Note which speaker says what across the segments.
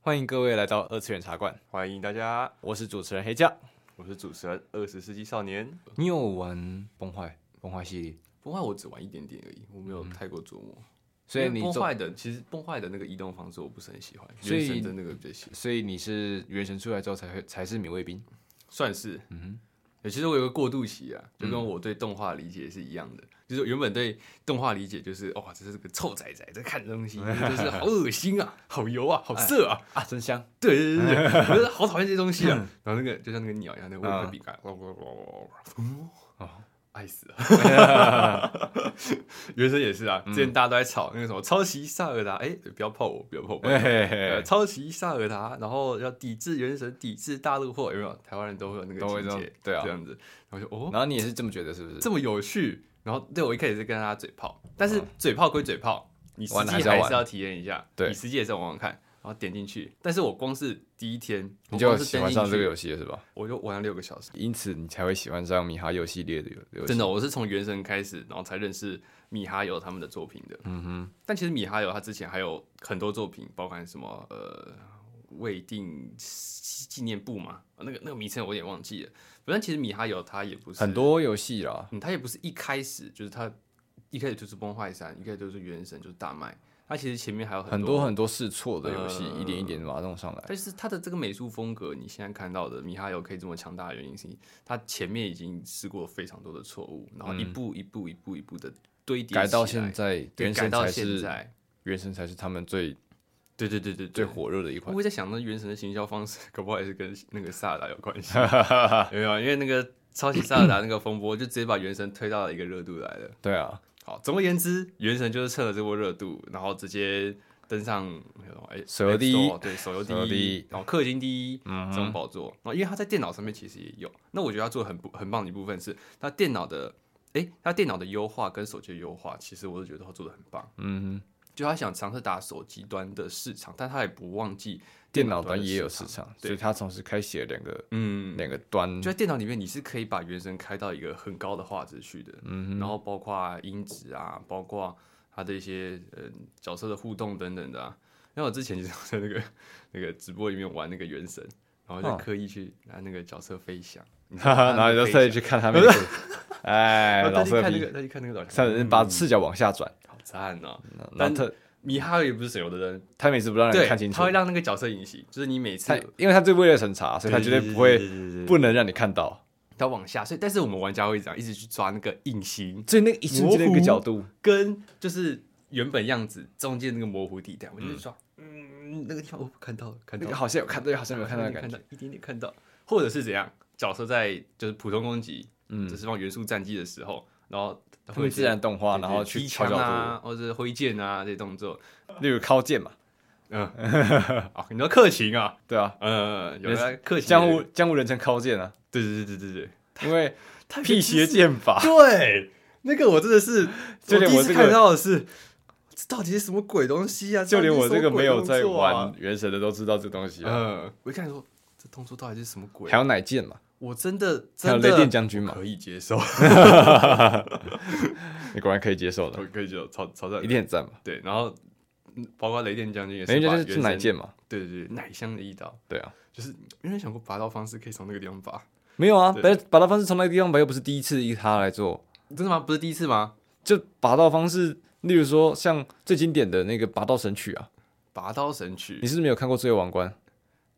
Speaker 1: 欢迎各位来到二次元茶馆，
Speaker 2: 欢迎大家，
Speaker 1: 我是主持人黑酱。
Speaker 2: 我是主持人二十世纪少年。
Speaker 1: 你有玩崩坏崩坏系列，
Speaker 2: 崩坏我只玩一点点而已，我没有太过琢磨。
Speaker 1: 所以
Speaker 2: 因为
Speaker 1: 你
Speaker 2: 崩
Speaker 1: 走
Speaker 2: 坏的其实崩坏的那个移动方式我不是很喜欢，
Speaker 1: 所以
Speaker 2: 原神的那个比较喜欢，
Speaker 1: 所以你是原神出来之后才会才是米卫兵，
Speaker 2: 算是。
Speaker 1: 嗯
Speaker 2: 对其实我有个过渡期啊，就跟我对动画理解是一样的，就是原本对动画理解就是哇，这是个臭仔仔在看 东西，就是好恶心啊，好油啊，好色啊，
Speaker 1: 啊，真 香！
Speaker 2: 对对对对，我觉得好讨厌这些东西
Speaker 1: 嗯
Speaker 2: 啊。然后那个就像那个鸟一样，那个威克比干，哇哇哇哇哇哇
Speaker 1: 嗯
Speaker 2: 哦，爱死了。 原神也是
Speaker 1: 嗯
Speaker 2: 啊，之前大家都在吵那个什么抄袭萨尔达，哎，不要泡我，不要泡我。
Speaker 1: 哎
Speaker 2: 呃，抄袭萨尔达，然后要抵制原神，抵制大陆货，有没有？台湾人都会有那个
Speaker 1: 都会
Speaker 2: 情
Speaker 1: 这样
Speaker 2: 节，
Speaker 1: 对啊
Speaker 2: 这样子。然后就哦，
Speaker 1: 然后你也是这么觉得是不是？
Speaker 2: 这么有趣。然后对我一开始是跟大家嘴炮，但是嘴炮归嘴炮，啊你实
Speaker 1: 玩
Speaker 2: 际
Speaker 1: 的还是
Speaker 2: 还
Speaker 1: 要玩
Speaker 2: 是要体验一下，
Speaker 1: 对
Speaker 2: 你实际也是要玩玩看，然后点进去。但是我光是第一天，
Speaker 1: 你
Speaker 2: 我
Speaker 1: 就
Speaker 2: 光是
Speaker 1: 喜
Speaker 2: 点
Speaker 1: 欢
Speaker 2: 进
Speaker 1: 上这个
Speaker 2: 去，
Speaker 1: 游戏了是吧？
Speaker 2: 我就玩了六个小时。
Speaker 1: 因此你才会喜欢上米哈游系列的游游戏。
Speaker 2: 真的，我是从原神开始，然后才认识米哈游他们的作品的。嗯哼，但其实米哈游他之前还有很多作品，包含什么呃未定纪念部嘛，那个那个名称我有点忘记了。反正其实米哈游他也不是
Speaker 1: 很多游戏啦，
Speaker 2: 嗯，他也不是一开始就是他一开始就是崩坏三，一开始就是原神，就是大卖。他其实前面还有
Speaker 1: 很
Speaker 2: 多
Speaker 1: 多很多试错的游戏，
Speaker 2: 呃
Speaker 1: 一点一点把它弄上来。
Speaker 2: 但是他的这个美术风格，你现在看到的米哈游可以这么强大的原因是，他前面已经试过非常多的错误，然后一步一步一步一步的堆叠
Speaker 1: 嗯改到
Speaker 2: 起来
Speaker 1: 现在，
Speaker 2: 对
Speaker 1: 原
Speaker 2: 改
Speaker 1: 神
Speaker 2: 到
Speaker 1: 才
Speaker 2: 现
Speaker 1: 是
Speaker 2: 在，
Speaker 1: 原神才是他们最
Speaker 2: 对对对对
Speaker 1: 最
Speaker 2: 对。
Speaker 1: 火热的一
Speaker 2: 我
Speaker 1: 款。
Speaker 2: 会在想，那原神的行销方式，搞不好也是跟那个萨尔达有关 系，有没有？因为那个超级萨尔达那个风波，就直接把原神推到了一个热度来了。
Speaker 1: 对啊，
Speaker 2: 好，总而言之，原神就是趁着这波热度，然后直接登上哎
Speaker 1: 手游第一
Speaker 2: App Store，对手游
Speaker 1: 手游
Speaker 2: 第
Speaker 1: 第嗯
Speaker 2: 一，然后氪金第一这种宝座。然后因为它在电脑上面其实也有，那我觉得它做的很不很棒的一部分是它电脑的，哎，它电脑的优化跟手机的优化，其实我都觉得它做的很棒。
Speaker 1: 嗯哼，
Speaker 2: 就它想尝试打手机端的市场，但它也不忘记
Speaker 1: 电脑端
Speaker 2: 的
Speaker 1: 也有市
Speaker 2: 市
Speaker 1: 场，所
Speaker 2: 对
Speaker 1: 以它同时开启了两个
Speaker 2: 嗯，
Speaker 1: 两个端
Speaker 2: 就。在电脑里面，你是可以把原神开到一个很高的画质去的，嗯，然后包括音质啊，包括它的一些呃角色的互动等等的啊。因为我之前就是在那个那个直播里面玩那个原神，然后就
Speaker 1: 哦
Speaker 2: 刻意去拿那个角色飞翔，你知道
Speaker 1: 哈
Speaker 2: 吗
Speaker 1: 哈， 然后就特意去看他们。 哎，
Speaker 2: 然后
Speaker 1: 老
Speaker 2: 再去
Speaker 1: 色
Speaker 2: 看那个，
Speaker 1: 批，
Speaker 2: 再去看那个老师，
Speaker 1: 三人把视角往下转，
Speaker 2: 好赞哦！
Speaker 1: 然
Speaker 2: 但
Speaker 1: 后特
Speaker 2: 米哈游也不是省油的灯，
Speaker 1: 他每次不让人
Speaker 2: 对
Speaker 1: 看清，楚
Speaker 2: 他，会让那个角色隐形，就是你每次
Speaker 1: 他因为他最为了审查，所以他绝对不会
Speaker 2: 会
Speaker 1: 不能让你看到，
Speaker 2: 他往下，所以但是我们玩家会这样一直去抓那个隐形，
Speaker 1: 所以那个一瞬间的一
Speaker 2: 模
Speaker 1: 个
Speaker 2: 糊
Speaker 1: 角度，
Speaker 2: 跟就是原本样子中间那个模糊地带，我就是说，嗯，那个地方我看到了，看
Speaker 1: 那
Speaker 2: 到
Speaker 1: 个
Speaker 2: 了，
Speaker 1: 好像有看到，又好像没有看到的
Speaker 2: 一点
Speaker 1: 感
Speaker 2: 看
Speaker 1: 觉。
Speaker 2: 到一点点看到，或者是怎样，角色在就是普通攻击，
Speaker 1: 嗯
Speaker 2: 只是放元素战绩的时候，然后
Speaker 1: 他们自然动画，
Speaker 2: 化，
Speaker 1: 然后去
Speaker 2: 机
Speaker 1: 调
Speaker 2: 枪
Speaker 1: 角
Speaker 2: 啊
Speaker 1: 度，，
Speaker 2: 或者是挥剑啊这些动作，
Speaker 1: 例如靠剑嘛，
Speaker 2: 啊，你说克勤啊，
Speaker 1: 对啊，
Speaker 2: 呃，有的克勤
Speaker 1: 江湖，江湖人称靠剑啊，
Speaker 2: 对对对对对
Speaker 1: 因 为
Speaker 2: 对，
Speaker 1: 辟邪剑 法，
Speaker 2: 对，那个我真的是，
Speaker 1: 就连
Speaker 2: 我第
Speaker 1: 我
Speaker 2: 一次
Speaker 1: 这个
Speaker 2: 看到的是，这到底是什么鬼东西啊？
Speaker 1: 就连我
Speaker 2: 到底
Speaker 1: 这
Speaker 2: 是什
Speaker 1: 个
Speaker 2: 么
Speaker 1: 没
Speaker 2: 鬼
Speaker 1: 有
Speaker 2: 动作啊
Speaker 1: 在玩原神的都知道这东西啊，
Speaker 2: 嗯，我一看说这动作到底是什么鬼
Speaker 1: 还？有奶剑嘛，
Speaker 2: 我真的
Speaker 1: 还有
Speaker 2: 真
Speaker 1: 雷电
Speaker 2: 的
Speaker 1: 将军嘛，
Speaker 2: 可以接受，
Speaker 1: 你果然可以接受的，
Speaker 2: 我可以接受，超超赞
Speaker 1: 一。定很赞嘛。
Speaker 2: 对，然后嗯包括雷电将军也是，
Speaker 1: 雷电将呃军是奶
Speaker 2: 奶
Speaker 1: 剑，嘛，
Speaker 2: 对对对，奶香的一刀，
Speaker 1: 对啊，
Speaker 2: 就是有没有想过拔刀方式可以从那个地方拔？
Speaker 1: 没有啊，
Speaker 2: 对
Speaker 1: 但是拔刀方式从那个地方拔又不是第一次依他来做，
Speaker 2: 真的吗？不是第一次吗？
Speaker 1: 就拔刀方式，例如说像最经典的那个拔刀神曲啊，
Speaker 2: 拔刀神
Speaker 1: 你
Speaker 2: 曲，
Speaker 1: 是不是没有看过《罪恶王冠》？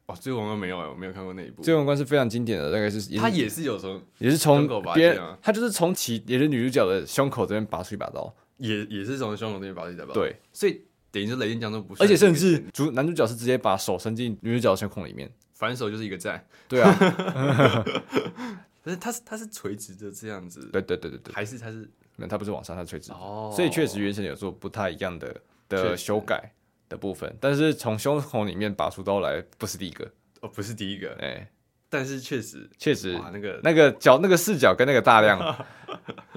Speaker 2: 哦，最后我没有哎，我没有看过那一部
Speaker 1: 《罪，恶王冠》是非常经典的，大概是也
Speaker 2: 他
Speaker 1: 是
Speaker 2: 也是有时候
Speaker 1: 也是从
Speaker 2: 胸口拔
Speaker 1: 别
Speaker 2: 剑
Speaker 1: 人
Speaker 2: 啊，
Speaker 1: 他就是从其也是女主角的胸口这边拔出一把刀，
Speaker 2: 也也是从胸口那边拔出一刀，，
Speaker 1: 对，
Speaker 2: 所以等于是雷电将军不是，
Speaker 1: 而且甚至主男主角是直接把手伸进女主角的胸孔里面，
Speaker 2: 反手就是一个赞，
Speaker 1: 对啊，
Speaker 2: 可是他是他是垂直的这样子，
Speaker 1: 对对对对对，
Speaker 2: 还是他是
Speaker 1: 那他不是往上，他是垂直，
Speaker 2: 哦，
Speaker 1: 所以确实原神有做不太一样的的
Speaker 2: 确实
Speaker 1: 修改的部分，但是从胸口里面拔出刀来不是第一个，
Speaker 2: 哦，不是第一个，
Speaker 1: 哎，
Speaker 2: 但是确实，
Speaker 1: 确实
Speaker 2: 哇，那个
Speaker 1: 那个角那个视角跟那个大 量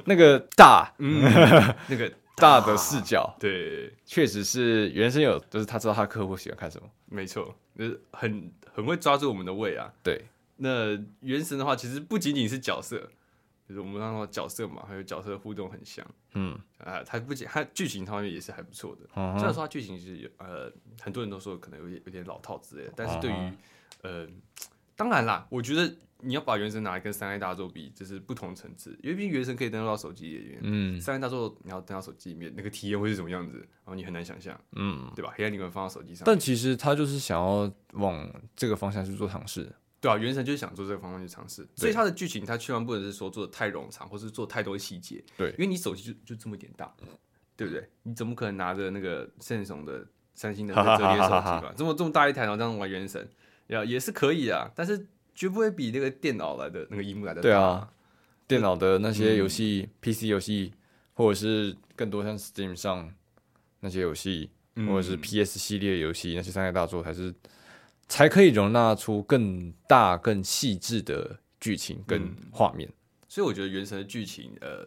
Speaker 1: 那个大
Speaker 2: 那个
Speaker 1: 大的视角，
Speaker 2: 对，
Speaker 1: 确实是原神有，就是他知道他客户喜欢看什么。
Speaker 2: 没错，就是很很会抓住我们的胃啊。
Speaker 1: 对，
Speaker 2: 那原神的话，其实不仅仅是角色，就是我们刚刚说角色嘛，还有角色互动很像
Speaker 1: 嗯，
Speaker 2: 啊。它不仅它剧情方面也是还不错的，
Speaker 1: 嗯
Speaker 2: 虽
Speaker 1: 哼
Speaker 2: 然说它剧情是有呃很多人都说可能有点有点老套之类的，但是对于
Speaker 1: 嗯
Speaker 2: 呃当然啦，我觉得你要把原神拿来跟三 A 大作比，这是不同层次，因为毕竟原神可以登录到手机里面，
Speaker 1: 嗯
Speaker 2: 三 A 大作你要登到手机里面，那个体验会是什么样子，然后你很难想象，
Speaker 1: 嗯。
Speaker 2: 对吧？黑暗灵魂放到手机上，
Speaker 1: 但其实他就是想要往这个方向去做尝试。
Speaker 2: 对啊，原神就是想做这个方向去尝试，所以它的剧情它千万不能是说做的太冗长，或是做太多细节。
Speaker 1: 对
Speaker 2: 因为你手机就就这么一点大，对不对？你怎么可能拿着那个 Samsung 的三星的折
Speaker 1: 哈哈
Speaker 2: 叠手机
Speaker 1: 哈哈
Speaker 2: 吧？这么这么大一台，然后这样玩原神，也也是可以啊，但是绝不会比那个电脑来的那个荧幕来的
Speaker 1: 对
Speaker 2: 大
Speaker 1: 啊，电脑的那些游戏、PC 游戏，或者是更多像 Steam 上那些游戏，
Speaker 2: 嗯
Speaker 1: 或者是 PS 系列游戏，那些商业大作才是才可以容纳出更大、更细致的剧情
Speaker 2: 嗯
Speaker 1: 跟画面。
Speaker 2: 所以我觉得《原神》的剧情，呃，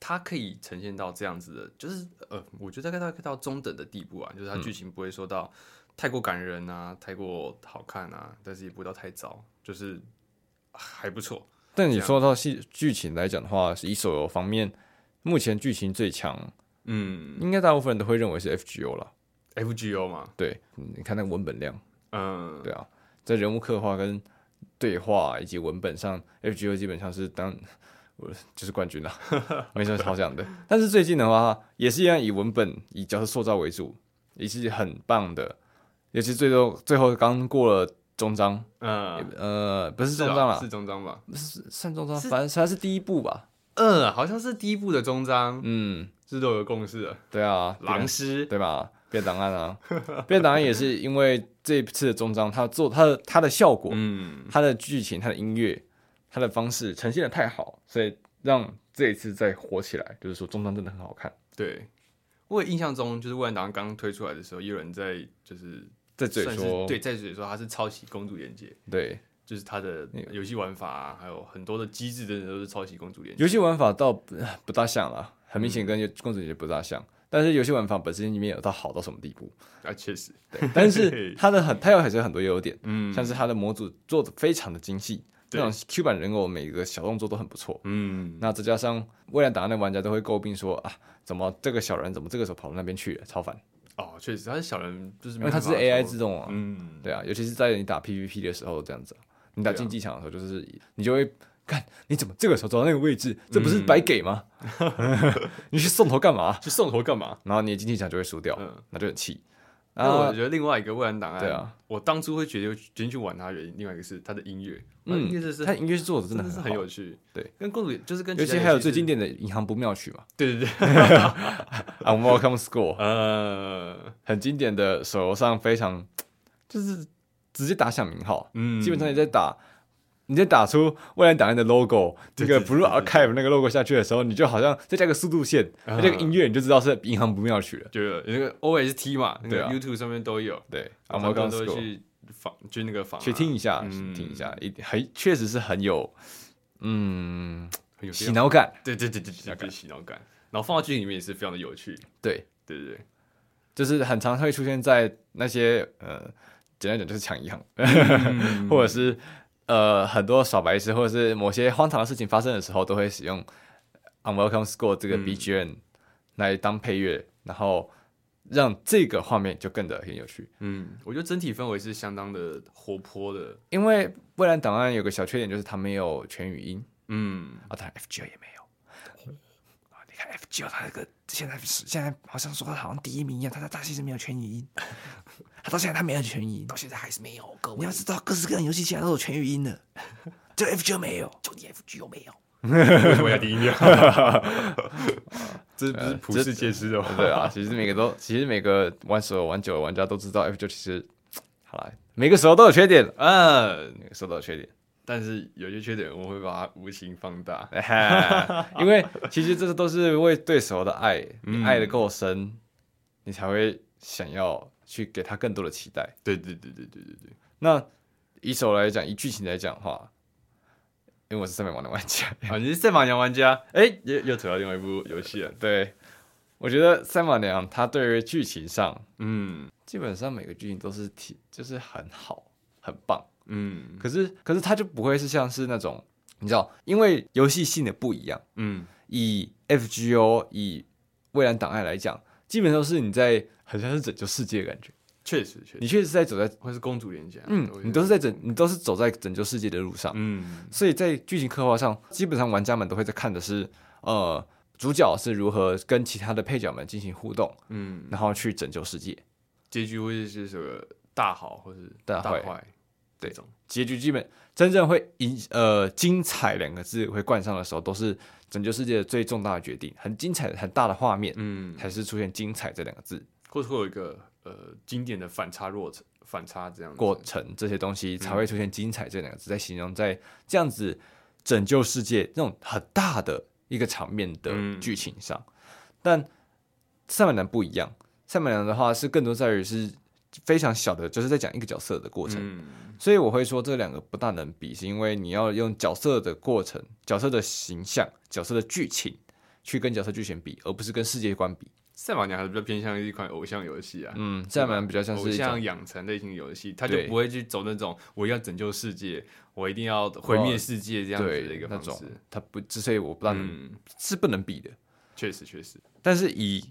Speaker 2: 它可以呈现到这样子的，就是呃，我觉得大概到到中等的地步啊，就
Speaker 1: 嗯
Speaker 2: 是它剧情不会说到太过感人啊，太过好看啊，但是也不到太糟，就是还不错。
Speaker 1: 但你说到戏剧情来讲的话，以手游方面，目前剧情最强，
Speaker 2: 嗯
Speaker 1: 应该大部分人都会认为是 FGO 了。
Speaker 2: ，FGO 嘛，
Speaker 1: 对，嗯你看那个文本量，
Speaker 2: 嗯，
Speaker 1: 对啊，在人物刻画跟对话以及文本上，FGO 基本上是当我就是冠 军啦，没什么好讲的。但是最近的话，也是一样以文本以角色塑造为主，也是很棒的。尤其最后最后刚过了终章，
Speaker 2: 嗯，
Speaker 1: 呃，不是
Speaker 2: 是
Speaker 1: 终
Speaker 2: 啊
Speaker 1: 章啦嗯
Speaker 2: 是，中章吧？
Speaker 1: 算终章，反正它是第一部吧。
Speaker 2: 嗯，好像是第一部的中章，
Speaker 1: 嗯，
Speaker 2: 是都有共识的。
Speaker 1: 对啊，
Speaker 2: 狼师，
Speaker 1: 对吧？变档案啊，变档案也是因为这次的终章，它做它的它的效果，
Speaker 2: 嗯，
Speaker 1: 它的剧情、它的音乐、它的方式呈现的太好，所以让这一次再火起来，就是说中端真的很好看，
Speaker 2: 对。我有印象中，就是《未来档案》刚推出来的时候，也有人在就是
Speaker 1: 在嘴
Speaker 2: 算是
Speaker 1: 说
Speaker 2: 对，在嘴说它是抄袭《公主连结》，
Speaker 1: 对
Speaker 2: 就是它的游戏玩法、啊，还有很多的机制真的都是抄袭《公主连结》。
Speaker 1: 游戏玩法倒不不大像啦，很明显跟公主姐姐不大
Speaker 2: 嗯
Speaker 1: 像。但是游戏玩法本身里面有到好到什么地 步，
Speaker 2: 啊，确实，
Speaker 1: 对，但是它的很，它有还是有很多优点，
Speaker 2: 嗯
Speaker 1: 像是它的模组做的非常的精细，
Speaker 2: 对
Speaker 1: 那种 Q 版人偶每个小动作都很不错，
Speaker 2: 嗯，
Speaker 1: 那再加上未来档案的玩家都会诟病说啊，怎么这个小人怎么这个时候跑到那边去了，超烦，
Speaker 2: 哦，确实，他是小人，就是
Speaker 1: 因
Speaker 2: 没
Speaker 1: 为它
Speaker 2: 办
Speaker 1: 是
Speaker 2: 法
Speaker 1: AI
Speaker 2: 说
Speaker 1: 自动啊，
Speaker 2: 嗯，
Speaker 1: 对啊，尤其是在你打 PVP 的时候这样子啊、你打
Speaker 2: 对啊
Speaker 1: 竞技场的时候，就是、你就会看你怎么这个时候走到那个位置，这不是白给 吗？你去送头干嘛？
Speaker 2: 嗯去送头干嘛？
Speaker 1: 然后你的竞技场就会输掉，
Speaker 2: 嗯，哎
Speaker 1: 那就很气。
Speaker 2: 那我
Speaker 1: 啊，
Speaker 2: 觉得另外一个未然档案，
Speaker 1: 对啊，
Speaker 2: 我当初会决定决定去玩它的原因，另外一个是它的音乐，它的音乐真的是
Speaker 1: 他音乐做嗯的真
Speaker 2: 真
Speaker 1: 的
Speaker 2: 的
Speaker 1: 很
Speaker 2: 是
Speaker 1: 好
Speaker 2: 很有趣，
Speaker 1: 对，
Speaker 2: 跟公主就是跟
Speaker 1: 尤
Speaker 2: 其
Speaker 1: 其
Speaker 2: 他
Speaker 1: 还有
Speaker 2: 游戏
Speaker 1: 最
Speaker 2: 是
Speaker 1: 经，典的《银行不妙曲》嘛，
Speaker 2: 对对对，
Speaker 1: 啊，《Welcome School》
Speaker 2: 呃，
Speaker 1: 很经典的手游上非常就是直接打响名号，
Speaker 2: 嗯，
Speaker 1: 基本上你在打，你在打出未来档案的 logo，这
Speaker 2: 对
Speaker 1: 个
Speaker 2: 对对
Speaker 1: Blue
Speaker 2: 对对
Speaker 1: Archive 那个 logo 下去的时候，你就好像再加个速度线，
Speaker 2: 啊
Speaker 1: 那这个音乐你就知道是银行不妙曲了。
Speaker 2: 就是那个 OST 嘛，那
Speaker 1: 对
Speaker 2: 个
Speaker 1: 啊
Speaker 2: YouTube 上面都有，
Speaker 1: 对，啊我
Speaker 2: 然
Speaker 1: 们
Speaker 2: 后
Speaker 1: 刚
Speaker 2: 都会
Speaker 1: school
Speaker 2: 去访去那个访啊
Speaker 1: 去听一下，
Speaker 2: 嗯
Speaker 1: 听一下，一很确实是很有，嗯，
Speaker 2: 很有啊必
Speaker 1: 洗
Speaker 2: 要
Speaker 1: 脑感。
Speaker 2: 对对对对对对，洗脑感，然后放到剧情里面也是非常的有趣，
Speaker 1: 对，
Speaker 2: 对对对，
Speaker 1: 就是很常会出现在那些呃，简单讲就是抢银行， 或者是呃很多耍白痴，或者是某些荒唐的事情发生的时候，都会使用呃 Unwelcome Score 这个
Speaker 2: 嗯
Speaker 1: BGM 来当配乐，然后让这个画面就更的很有趣。
Speaker 2: 嗯，我觉得整体氛围是相当的活泼的，
Speaker 1: 因为未来档案有个小缺点，就是它没有全语音
Speaker 2: 嗯，
Speaker 1: 啊，当然 FGO 也没有。啊你看 FGO 它那个现在是现在好像说它好像第一名一样，它它它其实没有全语音，它到现在它没有全语音，
Speaker 3: 到现在还是没有，各位。
Speaker 1: 你要知道，各式各样的游戏现在都有全语音的， 就 F 就没有。
Speaker 3: 就你 FG 有没有？
Speaker 2: 为什么要第一秒？ 呃这不是普世皆知的吗？
Speaker 1: 对啊，其实每个都，其实每个玩手游玩久的玩家都知道，F 就其实，好啦，每个手游都有缺点，
Speaker 2: 嗯，
Speaker 1: 每个手游都有缺点，
Speaker 2: 但是有些缺点我们会把它无形放大，
Speaker 1: 因为其实这都是为对手游的爱，你
Speaker 2: 嗯
Speaker 1: 爱的够深，你才会想要去给他更多的期待。
Speaker 2: 对对对对对对对，
Speaker 1: 那以手来讲，以剧情来讲的话，因为我是三百王的玩家，
Speaker 2: 啊，你是赛马娘玩家，哎、又又扯到另外一部游戏了，
Speaker 1: 对我觉得三马娘她对于剧情上
Speaker 2: 嗯
Speaker 1: 基本上每个剧情都是挺，就是很好，很棒。
Speaker 2: 嗯，
Speaker 1: 可是，可是它就不会是像是那种你知道，因为游戏性的不一样，
Speaker 2: 嗯，
Speaker 1: 以 FGO 以蔚蓝档案来讲，基本上是你在很像是拯救世界的感觉，
Speaker 2: 确实确
Speaker 1: 你
Speaker 2: 实，
Speaker 1: 确实在走在
Speaker 2: 或是公主连家，啊
Speaker 1: 嗯
Speaker 2: 我觉，得
Speaker 1: 你都是在拯，你都是走在拯救世界的路上。
Speaker 2: 嗯
Speaker 1: 所以在剧情刻画上，基本上玩家们都会在看的是，呃，主角是如何跟其他的配角们进行互动，
Speaker 2: 嗯，
Speaker 1: 然后去拯救世界。
Speaker 2: 结局会是什么大好或是
Speaker 1: 大坏
Speaker 2: 坏这种，
Speaker 1: 结局基本真正会影呃精彩两个字会冠上的时候，都是拯救世界的最重大的决定，很精彩的很大的画面，
Speaker 2: 嗯，
Speaker 1: 才是出现精彩这两个字
Speaker 2: 或是会有一个呃经典的反差弱反差这样子
Speaker 1: 过程这些东西才会出现精彩这两个字，在形容在这样子拯救世界那种很大的一个场面的
Speaker 2: 嗯
Speaker 1: 剧情上。但上半男不一样，上半男的话是更多在于是非常小的，就是在讲一个角色的过程。
Speaker 2: 嗯
Speaker 1: 所以我会说这两个不大能比，是因为你要用角色的过程、角色的形象、角色的剧情去跟角色剧情比，而不是跟世界观比。
Speaker 2: 赛马娘还是比较偏向一款偶像游戏啊，
Speaker 1: 嗯，这样蛮比较像
Speaker 2: 偶
Speaker 1: 是一
Speaker 2: 像
Speaker 1: 种
Speaker 2: 养成类型的游戏，它就
Speaker 1: 对
Speaker 2: 不会去走那种我要拯救世界，我一定要毁灭世界这样子的一
Speaker 1: 对
Speaker 2: 个
Speaker 1: 那
Speaker 2: 方
Speaker 1: 种
Speaker 2: 式。，
Speaker 1: 它不，之所以我不大能、
Speaker 2: 嗯，
Speaker 1: 是不能比的。
Speaker 2: 确实确实，
Speaker 1: 但是以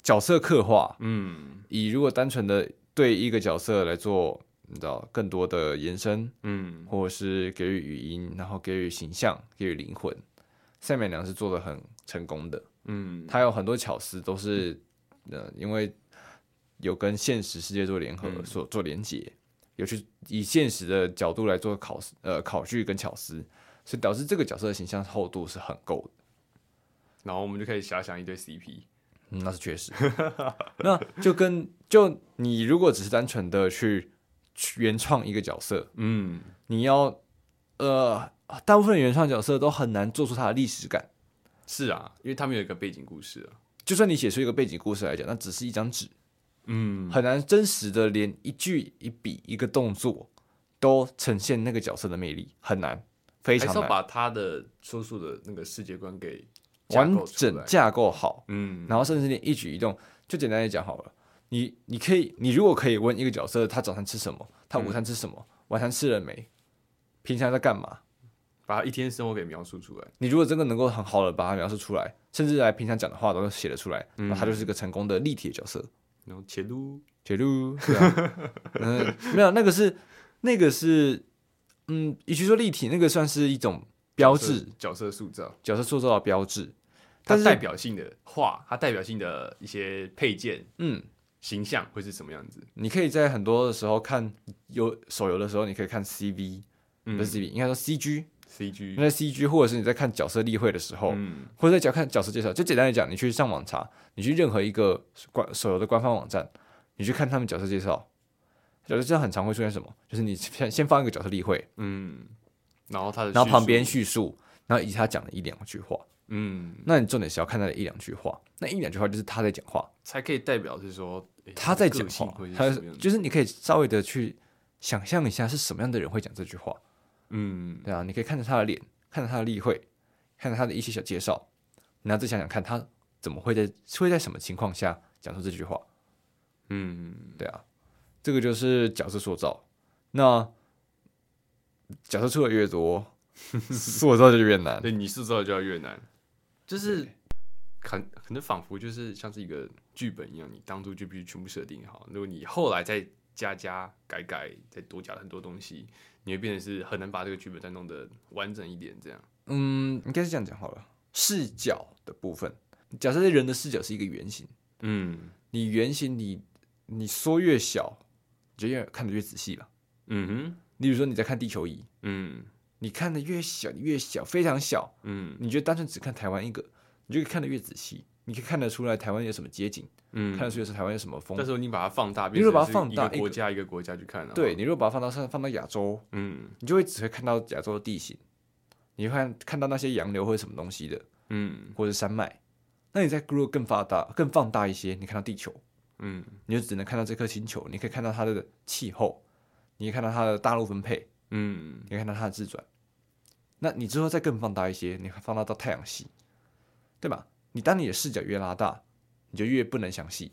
Speaker 1: 角色刻画，
Speaker 2: 嗯
Speaker 1: 以如果单纯的对一个角色来做，你知道更多的延伸，
Speaker 2: 嗯，
Speaker 1: 或者是给予语音，然后给予形象，给予灵魂，赛美娘是做的很成功的。
Speaker 2: 嗯，
Speaker 1: 它有很多巧思都是呃，因为有跟现实世界做联合，
Speaker 2: 嗯
Speaker 1: 所做连接，有去以现实的角度来做考试呃考据跟巧思，所以导致这个角色的形象厚度是很够的。
Speaker 2: 然后我们就可以遐想一堆 CP，
Speaker 1: 嗯，那是确实。那就跟就你如果只是单纯的去去原创一个角色，
Speaker 2: 嗯，
Speaker 1: 你要呃，大部分原创角色都很难做出它的历史感。
Speaker 2: 是啊，因为他们有一个背景故事啊，
Speaker 1: 就算你写出一个背景故事来讲，那只是一张纸，
Speaker 2: 嗯，
Speaker 1: 很难真实的连一句一笔一个动作都呈现那个角色的魅力，很难，非
Speaker 2: 还
Speaker 1: 常
Speaker 2: 是要
Speaker 1: 难。
Speaker 2: 把他的说述的那个世界观给架
Speaker 1: 完
Speaker 2: 构出
Speaker 1: 整
Speaker 2: 来，
Speaker 1: 架构好，
Speaker 2: 嗯，
Speaker 1: 然后甚至连一举一动，就简单来讲好了。你你可以，你如果可以问一个角色，他早餐吃什么，他午餐吃什么，晚餐吃了没，平常在干嘛？
Speaker 2: 把他一天生活给描述出来，
Speaker 1: 你如果真的能够很好的把它描述出来，甚至来平常讲的话都写得出来，那他就是一个成功的立体的角色。
Speaker 2: 然后前路，
Speaker 1: 铁路，对啊， 嗯，没有，那个是那个是，嗯，与其说立体，那个算是一种标志，
Speaker 2: 角色塑造，
Speaker 1: 角色塑造的标志。
Speaker 2: 它
Speaker 1: 但是
Speaker 2: 代表性的画，它代表性的一些配件
Speaker 1: 嗯，
Speaker 2: 形象会是什么样子？
Speaker 1: 你可以在很多的时候看有手游的时候，你可以看 CV，
Speaker 2: 嗯
Speaker 1: 不是 CV，应该说 CG。
Speaker 2: CG，
Speaker 1: 那 CG 或者是你在看角色例会的时候，
Speaker 2: 嗯
Speaker 1: 或者在角看角色介绍，就简单来讲，你去上网查，你去任何一个官手游的官方网站，你去看他们角色介绍，角色介绍很常会出现什么？就是你先先放一个角色例会，
Speaker 2: 嗯，然后它的叙述，
Speaker 1: 然后旁边叙述，然后以及他讲的一两句话。
Speaker 2: 嗯，
Speaker 1: 那你重点是要看他的一两句话，那一两句话就是他在讲话，
Speaker 2: 才可以代表是说诶
Speaker 1: 他在
Speaker 2: 的
Speaker 1: 讲
Speaker 2: 个性
Speaker 1: 话
Speaker 2: 会，是
Speaker 1: 他
Speaker 2: 什么样子？
Speaker 1: 就是你可以稍微的去想象一下是什么样的人会讲这句话，
Speaker 2: 嗯，
Speaker 1: 对啊，你可以看着他的脸，看着他的例会，看着他的一些小介绍，然后再想想看他怎么会在会在什么情况下讲出这句话，
Speaker 2: 嗯，
Speaker 1: 对啊，这个就是角色塑造。那角色出的越 多，塑造就越难。
Speaker 2: 对，你塑造的就要越难，就是可可能仿佛就是像是一个剧本一样，你当初就必须全部设定好，如果你后来再加加改改，再多加很多东西，你会变成是很难把这个剧本再弄得完整一点，这样。
Speaker 1: 嗯，应该是这样讲好了。视角的部分，假设人的视角是一个圆形，
Speaker 2: 嗯
Speaker 1: 你圆形你你缩越小，你就越看得越仔细了。
Speaker 2: 嗯哼，
Speaker 1: 例如说你在看地球仪，
Speaker 2: 嗯
Speaker 1: 你看的越小，你越小，非常小，
Speaker 2: 嗯
Speaker 1: 你就单纯只看台湾一个，你就可以看得越仔细，你可以看得出来台湾有什么街景，
Speaker 2: 嗯，
Speaker 1: 看得出来是台湾有什么风
Speaker 2: 但。是你把它放大，
Speaker 1: 你如果把它
Speaker 2: 变成是
Speaker 1: 放大
Speaker 2: 一个国家一个国家去看啊，
Speaker 1: 对你如果把它放到上放到亚洲，
Speaker 2: 嗯
Speaker 1: 你就会只会看到亚洲的地形，你会看看到那些洋流或者什么东西的，
Speaker 2: 嗯
Speaker 1: 或者是山脉。那你在如果更发达、更放大一些，你看到地球，
Speaker 2: 嗯
Speaker 1: 你就只能看到这颗星球，你可以看到它的气候，你可以看到它的大陆分配，
Speaker 2: 嗯
Speaker 1: 你可以看到它的自转。那你之后再更放大一些，你会放大到太阳系，对吧？你当你的视角越拉大，你就越不能详细。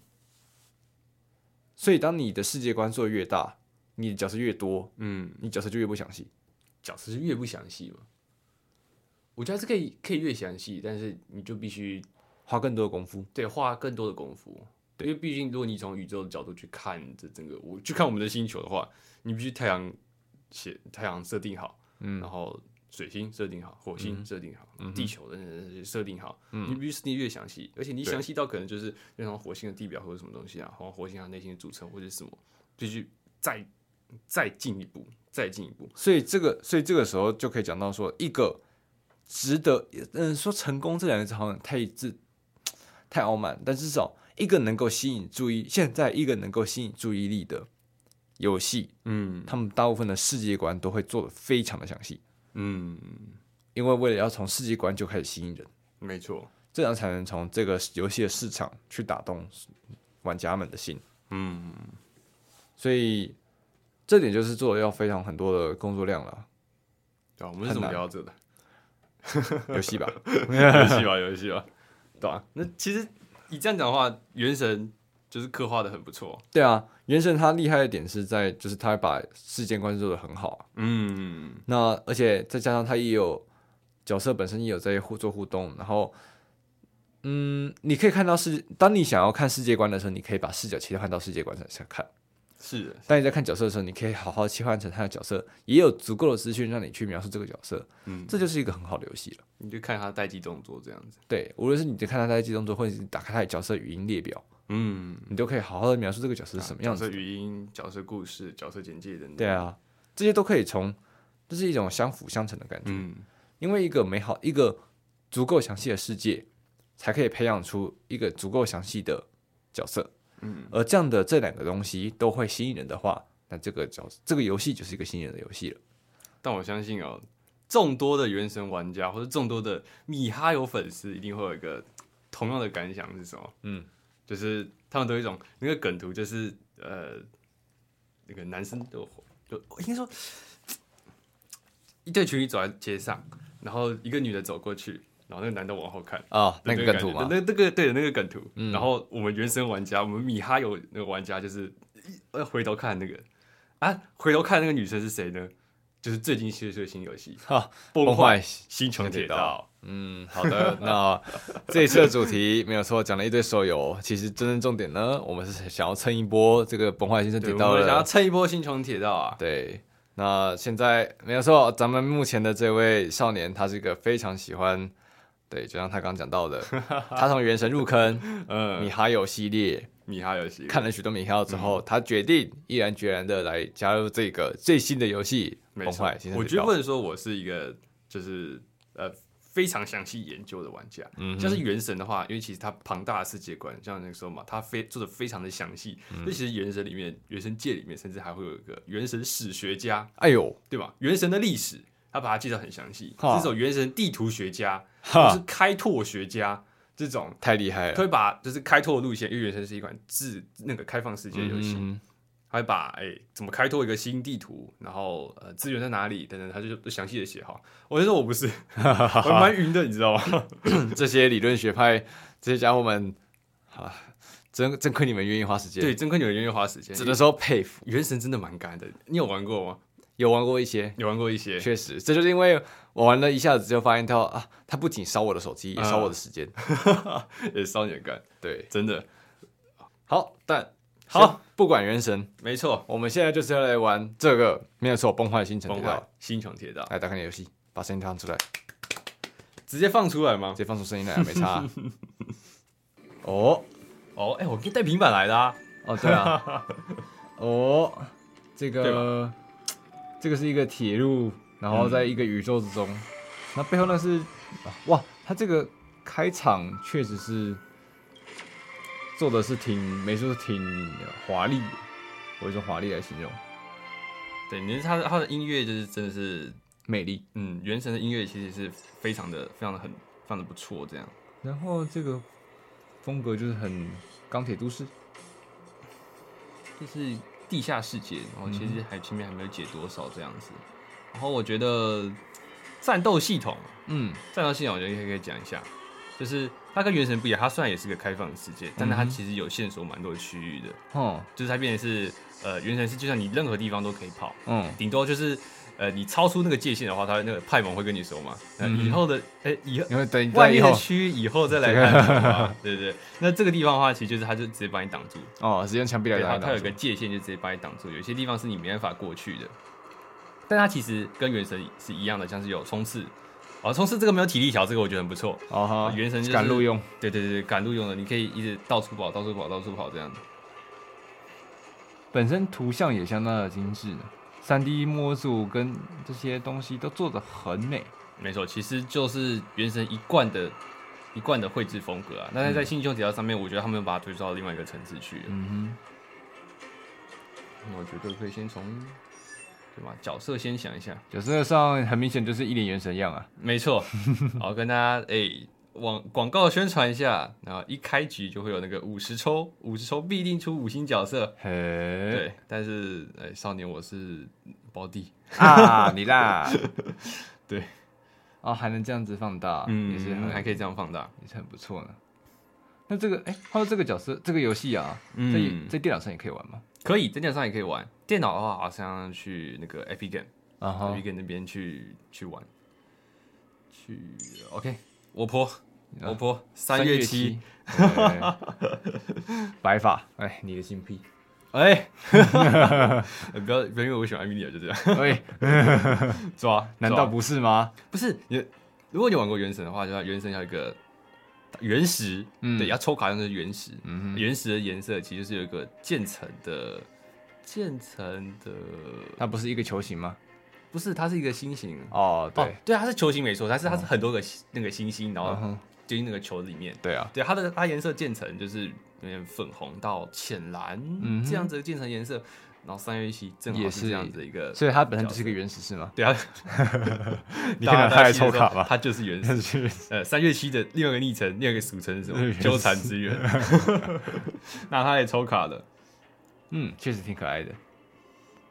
Speaker 1: 所以，当你的世界观做得越大，你的角色越多，
Speaker 2: 嗯，
Speaker 1: 你角色就越不详细。
Speaker 2: 角色是越不详细嘛，我觉得还是可以可以越详细，但是你就必须
Speaker 1: 花更多的功夫。
Speaker 2: 对花更多的功夫，因为毕竟如果你从宇宙的角度去看这整个，我去看我们的星球的话，你必须太阳写太阳设定好，嗯，然后水星设定好，火
Speaker 1: 嗯
Speaker 2: 星设定好，地球的设定好，你必须设定越详细，而且你
Speaker 1: 对
Speaker 2: 详细到可能就是那种火星的地表或者什么东西啊，或火星它内心的组成或者什么，必须再再进一步，再进一步，
Speaker 1: 所以这个，所以这个时候就可以讲到说，一个值得，嗯，说成功这两个字好像太自太傲慢，但至少一个能够吸引注意，现在一个能够吸引注意力的游戏，
Speaker 2: 嗯
Speaker 1: 他们大部分的世界观都会做的非常的详细，
Speaker 2: 嗯，
Speaker 1: 因为为了要从世界观就开始吸引人，
Speaker 2: 没错，
Speaker 1: 这样才能从这个游戏的市场去打动玩家们的心。
Speaker 2: 嗯。
Speaker 1: 所以这点就是做的要非常很多的工作量了，
Speaker 2: 对啊，我们是怎么
Speaker 1: 很难
Speaker 2: 聊到这的？
Speaker 1: 游戏吧。
Speaker 2: 游戏吧，游戏吧，对啊。那其实你这样讲的话，《原神》就是刻画的很不错。
Speaker 1: 对啊，原神它厉害的点是在就是它把世界观做的很好啊，
Speaker 2: 嗯，
Speaker 1: 那而且再加上它也有角色本身也有在互做互动，然后嗯，你可以看到世，当你想要看世界观的时候，你可以把视角切换到世界观上下看；
Speaker 2: 是的，
Speaker 1: 当你在看角色的时候，你可以好好切换成他的角色，也有足够的资讯让你去描述这个角色，
Speaker 2: 嗯，
Speaker 1: 这就是一个很好的游戏了。
Speaker 2: 你就看他待机动作这样子。
Speaker 1: 对，无论是你在看他在机动作，或者是打开他的角色语音列表，
Speaker 2: 嗯，
Speaker 1: 你都可以好好的描述这个角色是什么样
Speaker 2: 角
Speaker 1: 子
Speaker 2: 色。语音、角色故事、角色简介等等。
Speaker 1: 对，啊，这些都可以从，这是一种相辅相成的感觉。
Speaker 2: 嗯，
Speaker 1: 因为一个美好、一个足够详细的世界，才可以培养出一个足够详细的角色。
Speaker 2: 嗯，
Speaker 1: 而这样的这两个东西都会吸引人的话，那这个角这个游戏就是一个吸引人的游戏了。
Speaker 2: 但我相信哦，众多的《原神》玩家或者众多的米哈游粉丝一定会有一个同样的感想是什么？
Speaker 1: 嗯，
Speaker 2: 就是他们都有一种那个梗图，就是呃，那个男生就就应该说，一对情侣走在街上，然后一个女的走过去，然后那个男的往后看。
Speaker 1: 啊，那
Speaker 2: 对
Speaker 1: 个
Speaker 2: 那
Speaker 1: 梗图嗯
Speaker 2: 感觉
Speaker 1: 嘛，
Speaker 2: 那那个对的那个梗图。然后我们原生玩家，我们米哈游那个玩家就是一呃回头看那个啊，回头看那个女生是谁呢？就是最近新出的新游戏《
Speaker 1: 哈，
Speaker 2: 崩
Speaker 1: 坏
Speaker 2: 坏。星穹铁道
Speaker 1: Oh 嗯，好的。那 这一次的主题没有错，讲了一堆手游。其实真正重点呢，我们是想要蹭一波这个崩坏新生》。
Speaker 2: 对，
Speaker 1: 铁
Speaker 2: 我
Speaker 1: 道
Speaker 2: 们
Speaker 1: 的
Speaker 2: 想要蹭一波《星穹铁道》啊。
Speaker 1: 对，那现在没有错，咱们目前的这位少年，他是一个非常喜欢，对，就像他刚讲到 的，他从《原神》入坑，
Speaker 2: 嗯，
Speaker 1: 米哈游系列
Speaker 2: 米哈游戏
Speaker 1: 看了许多米哈游之
Speaker 2: 嗯
Speaker 1: 后，他决定毅然决然的来加入这个最新的游戏《
Speaker 2: 没
Speaker 1: 崩
Speaker 2: 错
Speaker 1: 坏新世
Speaker 2: 我
Speaker 1: 纪
Speaker 2: 觉
Speaker 1: 高
Speaker 2: 得不能说我是一个就是呃非常详细研究的玩家，
Speaker 1: 嗯
Speaker 2: 像是《原神》的话，因为其实它庞大的世界观，像那个时候嘛，它非做的非常的详细。
Speaker 1: 嗯
Speaker 2: 那、其实《原神》里面，《原神界》里面，甚至还会有一个《原神史学家》，
Speaker 1: 哎呦，
Speaker 2: 对吧？《原神》的历史，他把它记得很详细。
Speaker 1: 哈
Speaker 2: 这种《原神》地图学家，或是
Speaker 1: 哈，
Speaker 2: 开拓学家这种。
Speaker 1: 太厉害了，
Speaker 2: 他会把就是开拓路线，因为《原神》是一款自那个开放世界游戏，
Speaker 1: 嗯
Speaker 2: 还把哎、怎么开拓一个新地图，然后呃资源在哪里等等，他就都详细的写好。我就说我不是，我蛮晕的，你知道吗？
Speaker 1: 嗯这些理论学派，这些家伙们，啊，真真亏你们愿意花时间，
Speaker 2: 对，，真亏你们愿意花时间。
Speaker 1: 只能说佩服。
Speaker 2: 原神真的蛮干的，你有玩过吗？
Speaker 1: 有玩过一些，
Speaker 2: 有玩过一些，
Speaker 1: 确实，这就是因为我玩了一下子就发现到啊，它不仅烧我的手机，也烧
Speaker 2: 嗯
Speaker 1: 我的时间。
Speaker 2: 也烧你的干，
Speaker 1: 对，
Speaker 2: 真的
Speaker 1: 好，但
Speaker 2: 好，
Speaker 1: 不管原神，
Speaker 2: 没错。
Speaker 1: 我们现在就是要来玩这个没有错，崩坏星辰
Speaker 2: 崩
Speaker 1: 铁
Speaker 2: 坏
Speaker 1: 道。
Speaker 2: 星穹铁道
Speaker 1: 来打开你的游戏，把声音放出来，直
Speaker 2: 直接放出来吗？
Speaker 1: 接放出声音来，啊没差、 哦
Speaker 2: 哦，哎、我可以带平板来的啊。
Speaker 1: 哦，对啊， 哦，这
Speaker 2: 对
Speaker 1: 个这个是一个铁路，然后在一个宇宙之中，那背后那是啊哇，它这个开场确实是做的是挺美术是挺华丽的，我用华丽来形容，
Speaker 2: 对，你是他的他的音乐就是真的是，
Speaker 1: 美丽。
Speaker 2: 嗯，原神的音乐其实是非常的非常的很非常的不错，这样。
Speaker 1: 然后这个风格就是很钢铁都市，
Speaker 2: 就是地下世界，然后其
Speaker 1: 嗯
Speaker 2: 实还前面还没有解多少这样子。然后我觉得战斗系统，
Speaker 1: 嗯，
Speaker 2: 战斗系统我觉得可以可以讲一下，就是它跟原神不一样，它虽然也是个开放的世界，但
Speaker 1: 嗯
Speaker 2: 是它其实有线索蛮多的区域的，
Speaker 1: 哦，
Speaker 2: 就是它变成是呃原神是就像你任何地方都可以跑，
Speaker 1: 嗯
Speaker 2: 顶多就是呃，你超出那个界限的话，他那个派蒙会跟你说嘛，那
Speaker 1: 嗯
Speaker 2: 以后的，哎、以后
Speaker 1: 因为等在
Speaker 2: 外
Speaker 1: 以
Speaker 2: 面的
Speaker 1: 后
Speaker 2: 区以后再来看什么嘛，对不对？那这个地方的话，其实就是他就直接把你挡住，
Speaker 1: 哦，直接用墙壁来
Speaker 2: 对，它
Speaker 1: 打
Speaker 2: 它
Speaker 1: 挡
Speaker 2: 有个
Speaker 1: 住。
Speaker 2: 界限，就直接把你挡住。有些地方是你没办法过去的，但它其实跟原神是一样的，像是有冲刺，哦，冲刺这个没有体力条，这个我觉得很不错。
Speaker 1: 哦哈，
Speaker 2: 原神就是
Speaker 1: 赶路用，
Speaker 2: 对对对对，赶路用的，你可以一直到处跑，到处跑，到处跑这样。
Speaker 1: 本身图像也相当的精致的，三 D 模组跟这些东西都做的很美。
Speaker 2: 没错，其实就是原神一贯的、一贯的绘制风格啊。但是在新旧铁道上面，我觉得他们把它推出到另外一个层次去了。
Speaker 1: 嗯
Speaker 2: 那我觉得可以先从对吧角色先想一下。
Speaker 1: 哼，角色上很明显就是一脸原神样啊。
Speaker 2: 没错， 好跟大家哎广广告宣传一下，然后一开局就会有那个五十抽，五十抽必定出五星角色。
Speaker 1: 嘿
Speaker 2: 对，但是哎，少年我是胞弟，
Speaker 1: 啊，你啦，
Speaker 2: 对，
Speaker 1: 哦，还能这样子放大，
Speaker 2: 嗯，
Speaker 1: 也是很
Speaker 2: 还可以这样放大，
Speaker 1: 也是很不错呢。那这个哎，还有这个角色，这个游戏啊，
Speaker 2: 嗯
Speaker 1: 在也在电脑上也可以玩吗？
Speaker 2: 可以，在电脑上也可以玩。电脑的话，好像去那个 Epic Game。
Speaker 1: 啊
Speaker 2: 我
Speaker 1: 哈
Speaker 2: 去，跟那边去去玩，去 OK，我婆，我婆三月七，，
Speaker 1: 对白发，哎，你的性癖，
Speaker 2: 哎， 不要不要因为我喜欢艾米丽尔就这样
Speaker 1: 哎，
Speaker 2: 抓，
Speaker 1: 难
Speaker 2: 抓
Speaker 1: 道不是吗？
Speaker 2: 不是你？如果你玩过原神的话，就要原神要有一个原石，
Speaker 1: 嗯
Speaker 2: 对，要抽卡用的是原石，
Speaker 1: 嗯哼，
Speaker 2: 原石的颜色其实是有一个渐层的。渐层的
Speaker 1: 它不是一个球形吗？
Speaker 2: 不是，它是一个星形
Speaker 1: 哦，
Speaker 2: 哦
Speaker 1: 对，，哦
Speaker 2: 对，它是球形没错，但是它是很多个星那个星星，然
Speaker 1: 嗯
Speaker 2: 后
Speaker 1: 哼，
Speaker 2: 丢进那个球里面，
Speaker 1: 对啊，
Speaker 2: 对，它的它颜色渐层就是有点粉红到浅蓝、
Speaker 1: 嗯哼
Speaker 2: 这样子的渐层颜色，然后三月一期正好
Speaker 1: 也
Speaker 2: 是
Speaker 1: 是
Speaker 2: 这样子一个，
Speaker 1: 所以它本身就是一个原始是吗？
Speaker 2: 对啊，
Speaker 1: 你
Speaker 2: 大
Speaker 1: 看到
Speaker 2: 家
Speaker 1: 它
Speaker 2: 在
Speaker 1: 来
Speaker 2: 记得
Speaker 1: 抽
Speaker 2: 说
Speaker 1: 卡吧？
Speaker 2: 它就是原始。呃，三月七的另外一个昵称，另外一个俗称是什么
Speaker 1: 原？始
Speaker 2: 纠缠之 源。 那它也抽卡了。
Speaker 1: 嗯，确实挺可爱的。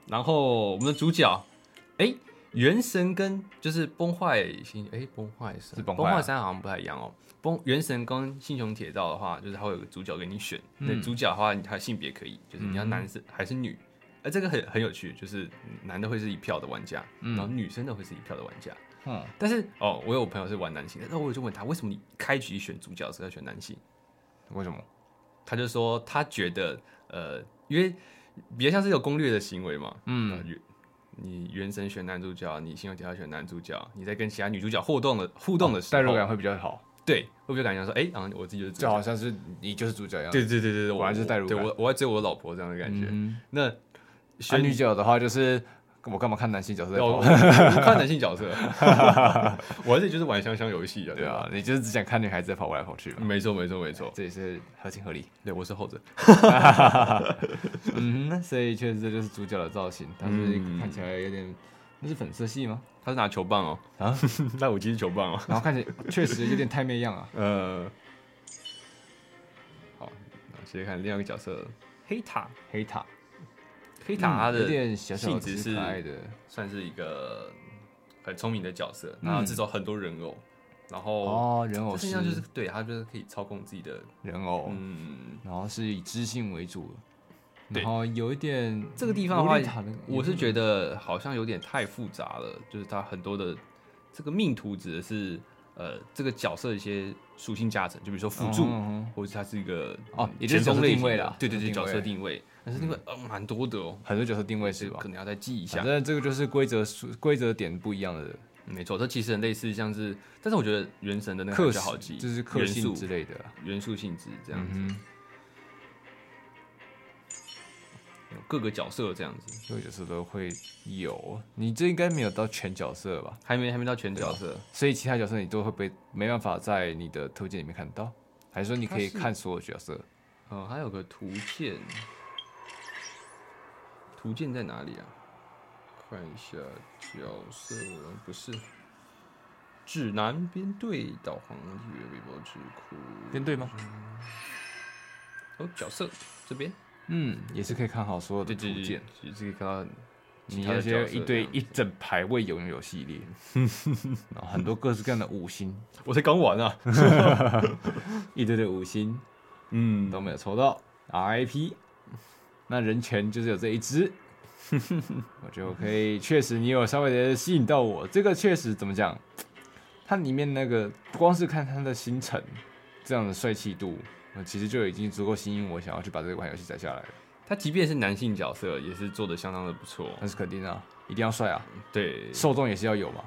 Speaker 2: 然后我们的主角，哎，原神跟就是崩坏星，哎，崩坏神
Speaker 1: 是崩坏啊
Speaker 2: 崩坏三好像不太一样哦。崩原神跟星穹铁道的话，就是它会有个主角给你选，那、
Speaker 1: 嗯
Speaker 2: 主角的话，它性别可以，就是你要
Speaker 1: 嗯
Speaker 2: 男生还是女。哎，这个很很有趣，就是男的会是一票的玩家，
Speaker 1: 嗯
Speaker 2: 然后女生的会是一票的玩家。
Speaker 1: 嗯，
Speaker 2: 但是哦，我有朋友是玩男性的，那我就问他，为什么你开局选主角的时候要选男性？
Speaker 1: 为什么？
Speaker 2: 他就说他觉得呃，因为比较像是有攻略的行为嘛，嗯
Speaker 1: 嗯，，
Speaker 2: 你原神选男主角，你星游铁道选男主角，你在跟其他女主角互动的互动的时
Speaker 1: 代
Speaker 2: 候，
Speaker 1: 入感会比较好，
Speaker 2: 对，会不会感觉说，哎、啊，我自己就是主
Speaker 1: 就好
Speaker 2: 角？
Speaker 1: 像是你就是主角一样。
Speaker 2: 对对对对对，
Speaker 1: 果然就是代入
Speaker 2: 对
Speaker 1: 感
Speaker 2: 我我要追我老婆这样的感觉。
Speaker 1: 嗯
Speaker 2: 那
Speaker 1: 哼，选
Speaker 2: 选
Speaker 1: 啊女角的话就是我干嘛看男性角色在
Speaker 2: 哦，我我
Speaker 1: 跑？
Speaker 2: 不看男性 角色，我还是就是玩香香游戏啊，
Speaker 1: 对
Speaker 2: 对吧？
Speaker 1: 啊，你就是只想看女孩子在跑过来跑去嘛，
Speaker 2: 没错没错没错，
Speaker 1: 这也是合情合理。
Speaker 2: 对我是后者，
Speaker 1: 嗯哼，所以确实这就是主角的造型，但是
Speaker 2: 嗯
Speaker 1: 看起来有点，那是粉色系 吗？
Speaker 2: 他是拿球棒哦，
Speaker 1: 啊，
Speaker 2: 那我其实球棒哦，
Speaker 1: 然后看起来确实有点太妹样啊。
Speaker 2: 呃，好，那直接看另外一个角色嗯黑塔，
Speaker 1: 黑塔，
Speaker 2: 黑
Speaker 1: 黑
Speaker 2: 塔它
Speaker 1: 有
Speaker 2: 的
Speaker 1: 点小小的
Speaker 2: 性质
Speaker 1: 只
Speaker 2: 是
Speaker 1: 可爱的，
Speaker 2: 算是一个很聪明的角色，
Speaker 1: 嗯
Speaker 2: 然后制造很多人偶，然后
Speaker 1: 哦，人偶
Speaker 2: 他身
Speaker 1: 师，
Speaker 2: 上就是对他就是可以操控自己的，
Speaker 1: 人偶，
Speaker 2: 嗯，
Speaker 1: 然后是以知性为主，
Speaker 2: 对
Speaker 1: 然后有一点
Speaker 2: 这个地方的话
Speaker 1: 洛丽塔的嗯
Speaker 2: 我是觉得好像有点太复杂了，就是他很多的这个命途指的是呃这个角色的一些属性加成，就比如说辅助。
Speaker 1: 嗯嗯嗯
Speaker 2: 或者是它是一个
Speaker 1: 哦
Speaker 2: 嗯
Speaker 1: 也就是
Speaker 2: 前锋
Speaker 1: 角色
Speaker 2: 类
Speaker 1: 定位
Speaker 2: 型的
Speaker 1: 啦
Speaker 2: 对对对，角
Speaker 1: 角色定位
Speaker 2: 色定位，但是定位呃蛮多的哦，
Speaker 1: 很多角色定位是
Speaker 2: 这
Speaker 1: 吧
Speaker 2: 可？能要再记一下嗯
Speaker 1: 反。正这个就是规则规则点不一样的
Speaker 2: 没错，这其实很类似像是，但是我觉得原神的那个
Speaker 1: 克
Speaker 2: 比较好记，
Speaker 1: 就是克
Speaker 2: 元
Speaker 1: 性
Speaker 2: 素
Speaker 1: 之类的啦。
Speaker 2: 元素性质这样子，
Speaker 1: 嗯哼，
Speaker 2: 有各个角色这样子，
Speaker 1: 所有角色都会有。你这应该没有到全角色吧？
Speaker 2: 还没还没到全角色，
Speaker 1: 所以其他角色你都会被没办法在你的推荐里面看到，还是说你可以
Speaker 2: 它是
Speaker 1: 看所有角色？
Speaker 2: 嗯，还有个图鉴，图鉴在哪里啊？看一下角色，不是。指南编队导航日月微波之库
Speaker 1: 编队吗？
Speaker 2: 哦，角色这边
Speaker 1: 嗯，也是可以看好所有的
Speaker 2: 对
Speaker 1: 图
Speaker 2: 对对
Speaker 1: 鉴。，
Speaker 2: 其实可以看到
Speaker 1: 你
Speaker 2: 其他的
Speaker 1: 那
Speaker 2: 角
Speaker 1: 些
Speaker 2: 色
Speaker 1: 一
Speaker 2: 这
Speaker 1: 堆
Speaker 2: 样
Speaker 1: 一整排未拥有系列，然后很多各式各样的五星，
Speaker 2: 我才刚玩啊，
Speaker 1: 一堆的五星
Speaker 2: 嗯
Speaker 1: 都没有抽到，RIP。那人权就是有这一只，我就可以，确实你有稍微的吸引到我。这个确实怎么讲，它里面那个光是看它的星辰这样的帅气度，我其实就已经足够吸引我想要去把这款游戏载下来了。
Speaker 2: 他即便是男性角色，也是做的相当的不错。
Speaker 1: 那是肯定啊，一定要帅啊，
Speaker 2: 对，
Speaker 1: 受众也是要有嘛。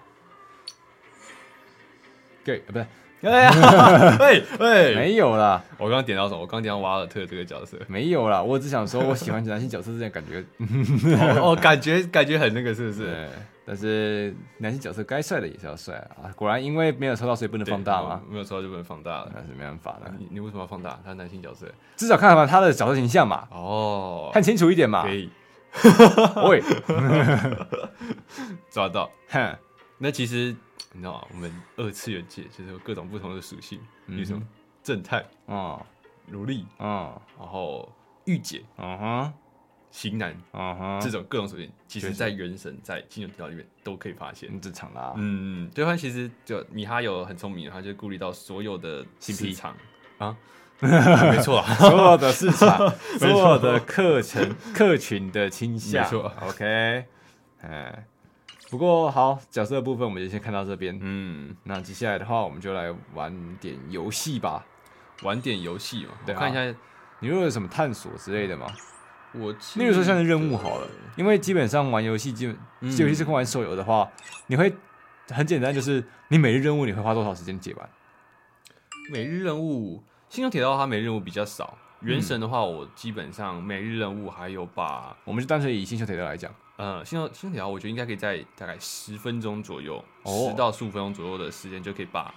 Speaker 1: 对，啊不是
Speaker 2: 哎呀，喂喂，
Speaker 1: 没有啦，
Speaker 2: 我刚刚点到什么？我刚刚点到瓦尔特这个角色，
Speaker 1: 没有啦，我只想说我喜欢男性角色这种感 觉，
Speaker 2: 哦，感觉感觉很那个，是不是？
Speaker 1: 对，但是男性角色该帅的也是要帅啊。果然因为没有抽到，所以不能放大嗯嘛
Speaker 2: 对？，没有抽到就不能放大了。
Speaker 1: 那是没办法的，
Speaker 2: 你你为什么要放大？他是男性角色
Speaker 1: 至少看完他的角色形象嘛，
Speaker 2: 哦，
Speaker 1: 看清楚一点嘛
Speaker 2: 可。以
Speaker 1: 喂，
Speaker 2: 抓到。
Speaker 1: 哼，
Speaker 2: 那其实你知道吗？我们二次元界就是有各种不同的属性，比如什么正太、
Speaker 1: 哦，
Speaker 2: 奴隶，
Speaker 1: 哦，
Speaker 2: 然后御姐、
Speaker 1: 嗯哼，
Speaker 2: 型男
Speaker 1: 嗯哼，
Speaker 2: 这种各种属性，其实
Speaker 1: 确实
Speaker 2: 在原神在金融频道里面都可以发现。
Speaker 1: 很正常啦。
Speaker 2: 嗯，对方其实就米哈游很聪明，他就顾虑到所有的
Speaker 1: CP
Speaker 2: 市场啊， 没错啊，
Speaker 1: 所有的市场，所
Speaker 2: 没错
Speaker 1: 有的课 程、客群的倾向，
Speaker 2: 没错
Speaker 1: OK，哎，不过好，角色的部分我们就先看到这边。
Speaker 2: 嗯，
Speaker 1: 那接下来的话，我们就来玩点游戏吧。
Speaker 2: 玩点游戏嘛，我
Speaker 1: 对啊
Speaker 2: 看一下
Speaker 1: 你如果有什么探索之类的吗？
Speaker 2: 我，
Speaker 1: 例如说像是任务好了，，因为基本上玩游戏，基本
Speaker 2: 嗯
Speaker 1: 尤其是玩手游的话，你会很简单，就是你每日任务你会花多少时间解完？
Speaker 2: 每日任务，星穹铁道它每日任务比较少，原神的话，我基本上每日任务还有把
Speaker 1: 我们就单纯以星球铁道来讲，
Speaker 2: 呃星穹星穹铁道，我觉得应该可以在大概十分钟左右，
Speaker 1: 哦
Speaker 2: 十到十五分钟左右的时间就可以把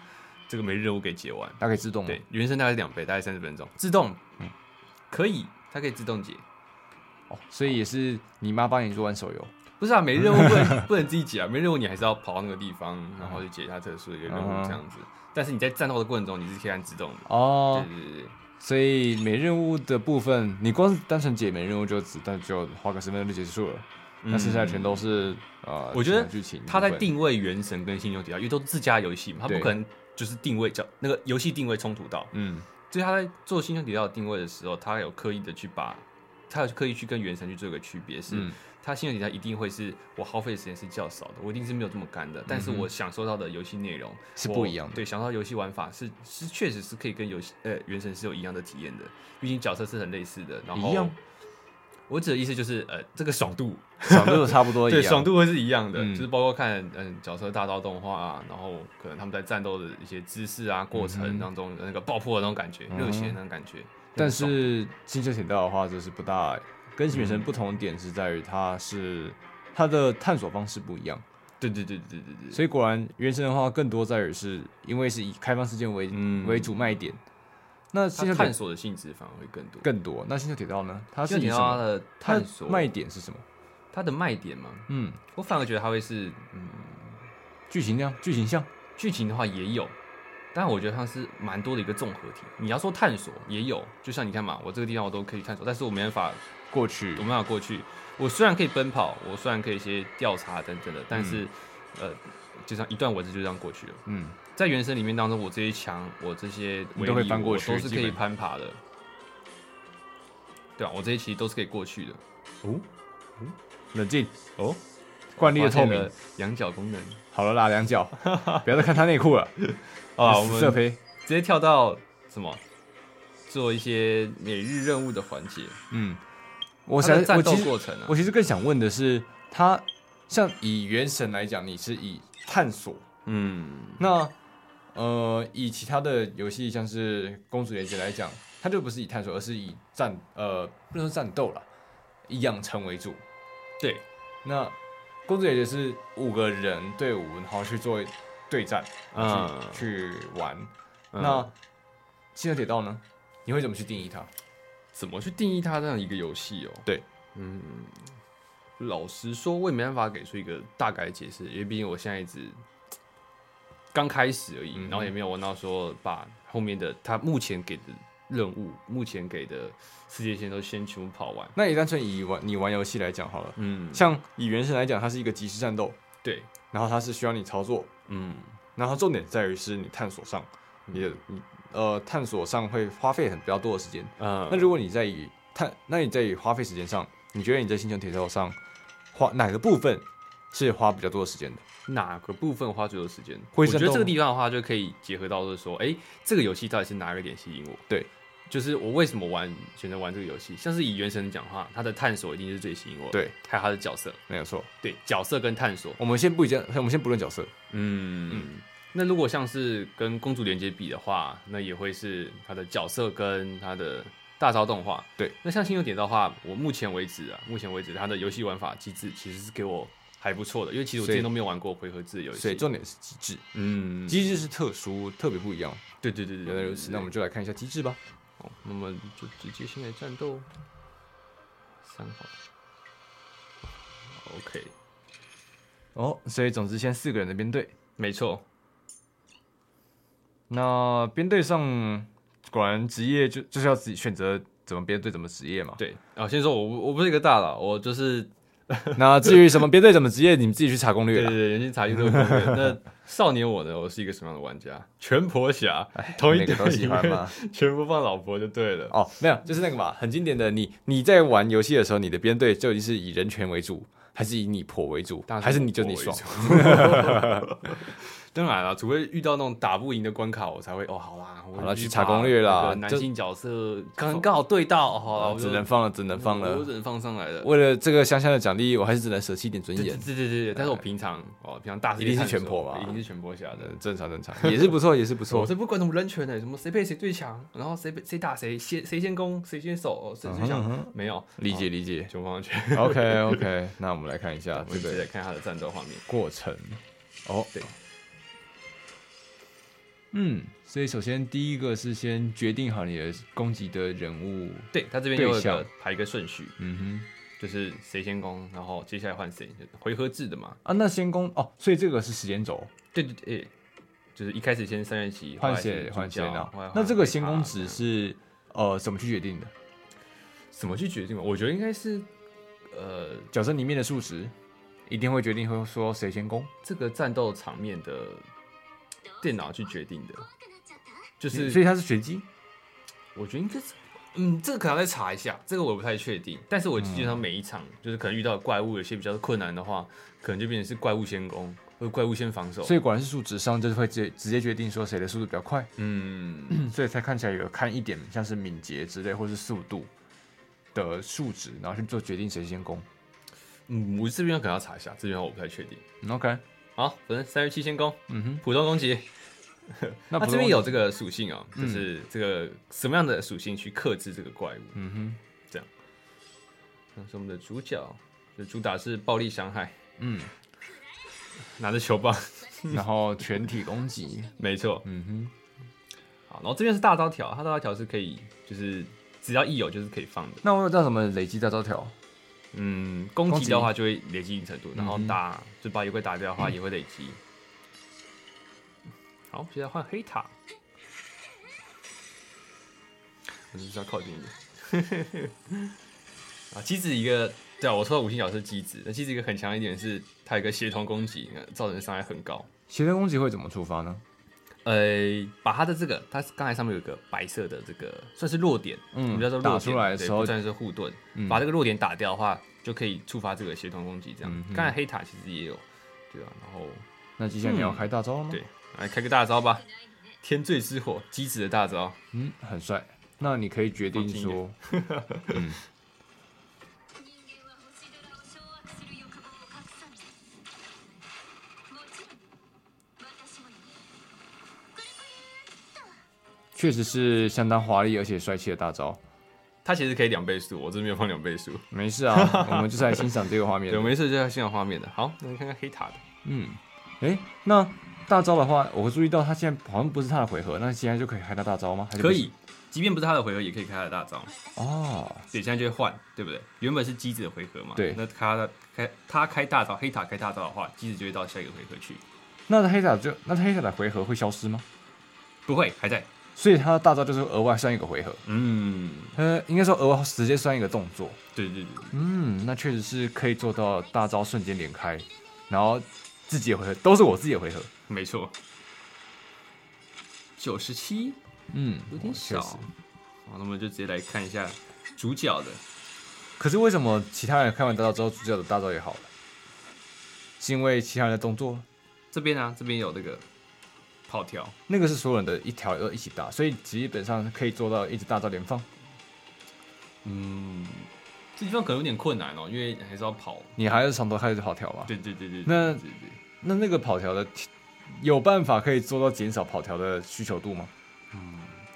Speaker 2: 这个每日任务给解完。
Speaker 1: 大概自动嘛
Speaker 2: 对，原神大概是两倍，大概三十分钟，自动
Speaker 1: 嗯
Speaker 2: 可以，它可以自动解。
Speaker 1: 哦，所以也是你妈帮你做完手游，
Speaker 2: 不是啊，每日任务不 能不能自己解啊，每日任务你还是要跑到那个地方，然后去解一下特殊的一个任
Speaker 1: 嗯
Speaker 2: 务这样子。但是你在战斗的过程中，你是可以按自动的。对
Speaker 1: 哦，
Speaker 2: 对对对，
Speaker 1: 所以每任务的部分，你光是单纯解每任务就只但就花个十分钟就结束了，那剩下的全都是呃，
Speaker 2: 嗯我觉得
Speaker 1: 剧情的部分。
Speaker 2: 嗯它在定位《原神》跟《星球底下，因为都是自家游戏嘛，它
Speaker 1: 对
Speaker 2: 不可能就是定位叫那个游戏定位冲突到，
Speaker 1: 嗯
Speaker 2: 所以它在做《星球底下的定位的时候，它有刻意的去把，它有刻意去跟《原神》去做一个区别，是、
Speaker 1: 嗯
Speaker 2: 它《星球底下一定会是我耗费的时间是较少的，我一定是没有这么干的，但是我享受到的游戏内容
Speaker 1: 嗯是
Speaker 2: 我
Speaker 1: 不一样的
Speaker 2: 对，想到游戏玩法是是确实是可以跟游戏呃原神是有一样的体验的，毕竟角色是很类似的，然后
Speaker 1: 一样。
Speaker 2: 我指的意思就是呃，这个爽度，
Speaker 1: 爽度差不多一
Speaker 2: 对，
Speaker 1: 样，
Speaker 2: 爽度会是一样的，
Speaker 1: 嗯
Speaker 2: 就是包括看嗯角色大刀动画啊，然后可能他们在战斗的一些姿势啊过程当中的那个爆破的那种感觉，
Speaker 1: 嗯
Speaker 2: 热血的那种感觉。
Speaker 1: 但
Speaker 2: 很爽
Speaker 1: 是星球铁道的话，就是不大跟原神不同的点是在于它是它的探索方式不一样，
Speaker 2: 对对对对对对对，
Speaker 1: 所以果然原神的话更多在于是因为是以开放世界为、
Speaker 2: 嗯
Speaker 1: 为主卖点，那星球
Speaker 2: 它
Speaker 1: 铁
Speaker 2: 探索的性质反而会更多。
Speaker 1: 更多，那星球铁道呢？它
Speaker 2: 就是你
Speaker 1: 以什
Speaker 2: 要它
Speaker 1: 么？
Speaker 2: 的
Speaker 1: 它
Speaker 2: 探
Speaker 1: 的
Speaker 2: 索
Speaker 1: 卖点是什么？
Speaker 2: 它的卖点嘛，
Speaker 1: 嗯，
Speaker 2: 我反而觉得它会是嗯
Speaker 1: 剧情量、剧情像，
Speaker 2: 剧情的话也有，但我觉得它是蛮多的一个综合体。你要说探索也有，就像你看嘛，我这个地方我都可以探索，但是我没办法，
Speaker 1: 过去
Speaker 2: 我没办法过去。我虽然可以奔跑，我虽然可以一些调查等等的，但是、呃，就像一段文字就这样过去了。
Speaker 1: 嗯，
Speaker 2: 在原神里面当中，我这些墙，我这些
Speaker 1: 你
Speaker 2: 围
Speaker 1: 都会
Speaker 2: 篱
Speaker 1: 翻过
Speaker 2: 我
Speaker 1: 去
Speaker 2: 都是
Speaker 1: 基
Speaker 2: 可以
Speaker 1: 本
Speaker 2: 攀爬的。对啊，我这些其实都是可以过去的。哦
Speaker 1: 冷静，
Speaker 2: 哦，
Speaker 1: 惯例的透
Speaker 2: 发现
Speaker 1: 明
Speaker 2: 了。仰角功能
Speaker 1: 好了啦，两 脚，不要再看他内裤了
Speaker 2: 啊，我
Speaker 1: 死
Speaker 2: 们
Speaker 1: 色胚，
Speaker 2: 直接跳到什么？做一些每日任务的环节，
Speaker 1: 嗯，我
Speaker 2: 它的
Speaker 1: 想
Speaker 2: 战
Speaker 1: 我
Speaker 2: 斗
Speaker 1: 其实
Speaker 2: 过程啊
Speaker 1: 我，其实更想问的是，它像以原神来讲，你是以探索，
Speaker 2: 嗯，
Speaker 1: 那呃，以其他的游戏像是公主连结来讲，它就不是以探索，而是以战呃，不能说战斗了，以养成为主。
Speaker 2: 对，
Speaker 1: 那公主连结是五个人队伍，然后去做对战，然后
Speaker 2: 嗯
Speaker 1: 去、去玩。
Speaker 2: 嗯
Speaker 1: 那星球铁道呢？你会怎么去定义它？
Speaker 2: 怎么去定义它这样一个游戏哦？
Speaker 1: 对，
Speaker 2: 嗯，老实说，我也没办法给出一个大概的解释，因为毕竟我现在一直刚开始而已，
Speaker 1: 嗯
Speaker 2: 然后也没有玩到说把后面的他目前给的任务、目前给的世界线都先全部跑完。
Speaker 1: 那也单纯以玩你玩游戏来讲好了，
Speaker 2: 嗯，
Speaker 1: 像以原神来讲，它是一个即时战斗，
Speaker 2: 对，
Speaker 1: 然后它是需要你操作，
Speaker 2: 嗯，
Speaker 1: 然后重点在于是你探索上，你的你呃探索上会花费很比较多的时间。
Speaker 2: 呃
Speaker 1: 那，如果你在以探，那你在以花费时间上，你觉得你在星球铁道上花哪个部分是花比较多的时间的？
Speaker 2: 哪个部分花最多时间？
Speaker 1: 会
Speaker 2: 我
Speaker 1: 战
Speaker 2: 觉
Speaker 1: 斗
Speaker 2: 得这
Speaker 1: 吗
Speaker 2: 个地方的话，就可以结合到就是说，哎、这个游戏到底是哪个点吸引我？
Speaker 1: 对，
Speaker 2: 就是我为什么玩选择玩这个游戏？像是以原神讲话，它的探索一定是最吸引我的，
Speaker 1: 对，
Speaker 2: 还有它的角色，
Speaker 1: 没有错。
Speaker 2: 对，角色跟探索，
Speaker 1: 我们先不讲，我们先不论角色，
Speaker 2: 嗯嗯。那如果像是跟公主连接比的话，那也会是它的角色跟它的大招动画。
Speaker 1: 对，
Speaker 2: 那像星游点的话，我目前为止啊，目前为止它的游戏玩法机制其实是给我还不错的，因为其实我之
Speaker 1: 所以
Speaker 2: 前都没有玩过回合制的游
Speaker 1: 所以
Speaker 2: 戏。
Speaker 1: 重点是机制，
Speaker 2: 嗯，
Speaker 1: 机制是特殊、特别不一样。
Speaker 2: 对对对对，
Speaker 1: 原来如此，那我们就来看一下机制吧。
Speaker 2: 好，那么就直接先来战斗三号。OK，
Speaker 1: 哦，所以总之先四个人的编队，
Speaker 2: 没错，
Speaker 1: 那编队上果然职业就就是要自己选择怎么编队怎么职业嘛。
Speaker 2: 对啊，先说我不我不是一个大佬，我就是
Speaker 1: 那至于什么编队怎么职业，你们自己去查攻略
Speaker 2: 对
Speaker 1: 啦
Speaker 2: 对。对，人家查阅都有攻略那少年我呢，我是一个什么样的玩家？全婆侠，同一
Speaker 1: 哎每个
Speaker 2: 队
Speaker 1: 都喜欢
Speaker 2: 里面
Speaker 1: 嘛？
Speaker 2: 全部放老婆就对了。
Speaker 1: 哦，没有，就是那个嘛，很经典的你，你在玩游戏的时候，你的编队究竟是以人权为主，还是以你婆为主，
Speaker 2: 当然
Speaker 1: 还是你就
Speaker 2: 我
Speaker 1: 你
Speaker 2: 为
Speaker 1: 爽？
Speaker 2: 主？当然了，除非遇到那种打不赢的关卡，我才会哦，好啦，我
Speaker 1: 好啦
Speaker 2: 就
Speaker 1: 去
Speaker 2: 把
Speaker 1: 查攻略啦
Speaker 2: 那个男
Speaker 1: 这
Speaker 2: 性角色刚刚好对到，好啦，
Speaker 1: 啊
Speaker 2: 我
Speaker 1: 只
Speaker 2: 就
Speaker 1: 能放了，只能放
Speaker 2: 我
Speaker 1: 了。
Speaker 2: 只能放上来了。
Speaker 1: 为了这个香香的奖励，我还是只能舍弃一点尊
Speaker 2: 对对
Speaker 1: 严。
Speaker 2: 对对对，但是我平常哦，平常大世界
Speaker 1: 一定是
Speaker 2: 探索
Speaker 1: 全破吧
Speaker 2: 一定是全破侠的
Speaker 1: 呃。正常正常， 也是不错，也是不
Speaker 2: 我
Speaker 1: 错。
Speaker 2: 是不管什么人权的，什么谁配谁最强，然后谁被谁打谁先谁先攻谁先守，哦谁最
Speaker 1: 嗯
Speaker 2: 强
Speaker 1: 哼
Speaker 2: 没有
Speaker 1: 理解理解。
Speaker 2: 全放上去。
Speaker 1: OK OK，那我们来看一下
Speaker 2: 我
Speaker 1: 这
Speaker 2: 们直接
Speaker 1: 个
Speaker 2: 看他的战斗画面。
Speaker 1: 过程。哦，
Speaker 2: 对，
Speaker 1: 嗯，所以首先第一个是先决定好你的攻击的人物。
Speaker 2: 对他这边 有
Speaker 1: 对
Speaker 2: 一
Speaker 1: 象
Speaker 2: 个排一个顺序，
Speaker 1: 嗯
Speaker 2: 就是谁先攻，然后接下来换谁，回合制的嘛。
Speaker 1: 哼，啊，那先攻哦，所以这个是时间轴。
Speaker 2: 对对对，诶就是一开始先三人棋，
Speaker 1: 换
Speaker 2: 后来
Speaker 1: 血
Speaker 2: 是
Speaker 1: 换
Speaker 2: 主
Speaker 1: 血
Speaker 2: 角
Speaker 1: 呢
Speaker 2: 后来？
Speaker 1: 那
Speaker 2: 换
Speaker 1: 这个
Speaker 2: 贝
Speaker 1: 先
Speaker 2: 塔
Speaker 1: 攻值是呃怎么去决定的？
Speaker 2: 怎么去决定嘛？我觉得应该是呃
Speaker 1: 角色里面的数值一定会决定会说谁先攻，
Speaker 2: 这个战斗场面的电脑去决定的，就是
Speaker 1: 嗯所以它是随机。
Speaker 2: 我觉得应该是，嗯，这个可能要再查一下，这个我不太确定。但是我基
Speaker 1: 嗯
Speaker 2: 本上每一场、就是可能遇到怪物，有些比较困难的话，可能就变成是怪物先攻，或者怪物先防守。
Speaker 1: 所
Speaker 2: 以，
Speaker 1: 以果然是数值上就是会直接直接决定说谁的速度比较快，
Speaker 2: 嗯，
Speaker 1: 所以才看起来有看一点像是敏捷之类或是速度的数值，然后去做决定谁先攻。
Speaker 2: 嗯，我这边可能要查一下，这边我不太确定。
Speaker 1: 嗯 OK，
Speaker 2: 好，反正三十七先攻，
Speaker 1: 嗯哼，
Speaker 2: 普通攻击。
Speaker 1: 那普
Speaker 2: 它这
Speaker 1: 通
Speaker 2: 边有这个属性哦、就是这个什么样的属性去克制这个怪物。
Speaker 1: 嗯哼
Speaker 2: 像是我们的主角，就主打是暴力伤害，
Speaker 1: 嗯，
Speaker 2: 拿着球棒，
Speaker 1: 然后全体攻击，
Speaker 2: 没错。
Speaker 1: 嗯哼，
Speaker 2: 好，然后这边是大招条，它大招条是可以，就是只要一有就是可以放的。
Speaker 1: 那我有叫什么累积大招条？
Speaker 2: 嗯，攻
Speaker 1: 攻
Speaker 2: 击
Speaker 1: 击
Speaker 2: 的话就会累积一定程度，然后
Speaker 1: 嗯哼
Speaker 2: 打、就把油怪打掉的话也会累积。嗯好，现在换黑塔，我就是要靠近一点。 啊，机子一个，对啊，我说的五星角是机子，那机子一个很强一点是它有一个协同攻击，呃造成的伤害很高。
Speaker 1: 协同攻击会怎么触发呢？
Speaker 2: 呃，把它的这个，它刚才上面有个白色的这个，算是弱点，
Speaker 1: 嗯
Speaker 2: 我们叫做弱点
Speaker 1: 打出来的
Speaker 2: 对
Speaker 1: 时候
Speaker 2: 不算是护盾，
Speaker 1: 嗯
Speaker 2: 把这个弱点打掉的话，就可以触发这个协同攻击。
Speaker 1: 嗯
Speaker 2: 这样，
Speaker 1: 哼
Speaker 2: 刚、才黑塔其实也有，对啊，然后
Speaker 1: 那接下来你要
Speaker 2: 嗯
Speaker 1: 开大招了吗？
Speaker 2: 对，来开个大招吧，天罪之火，机子的大招，
Speaker 1: 嗯，很帅。那你可以决定
Speaker 2: 放轻一
Speaker 1: 说
Speaker 2: 点，
Speaker 1: 确实是相当华丽而且帅气的大招。这
Speaker 2: 它其实可以两倍速，我这边没有放两倍速。
Speaker 1: 没事 啊，我们就是来欣赏这个画面
Speaker 2: 对，。没事就要欣赏画面的。好，那我们看看黑塔的，
Speaker 1: 嗯，诶，那大招的话，我注意到他现在好像不是他的回合，那现在就可以开他大招吗？还是不
Speaker 2: 可
Speaker 1: 是
Speaker 2: 以，即便不是他的回合，也可以开他的大招。
Speaker 1: 哦。
Speaker 2: 对，现在就会换，对不对？原本是机子的回合嘛，
Speaker 1: 对
Speaker 2: 那他的开他开大招，黑塔开大招的话，机子就会到下一个回合去。
Speaker 1: 那黑塔就那黑塔的回合会消失吗？
Speaker 2: 不会，还在。
Speaker 1: 所以他的大招就是额外算一个回合，
Speaker 2: 嗯，
Speaker 1: 呃，应该说额外直接算一个动作。
Speaker 2: 对对对，
Speaker 1: 嗯，那确实是可以做到大招瞬间连开，然后自己的回合都是我自己的回合。
Speaker 2: 没错。九十七
Speaker 1: 嗯，
Speaker 2: 有点
Speaker 1: 确
Speaker 2: 少，
Speaker 1: 实
Speaker 2: 哦好，那我们就直接来看一下主角的。
Speaker 1: 可是为什么其他人看完大招之后，主角的大招也好了？是因为其他人的动作，
Speaker 2: 这边啊，这边有那个跑条，
Speaker 1: 那个是所有人的一条都一起大，所以基本上可以做到一直大到连放。
Speaker 2: 嗯，这地方可能有点困难哦，因为还是要跑。
Speaker 1: 你还是从头开始跑条吧。
Speaker 2: 对对对对，
Speaker 1: 那
Speaker 2: 对对对
Speaker 1: 那那个跑条的有办法可以做到减少跑条的需求度吗？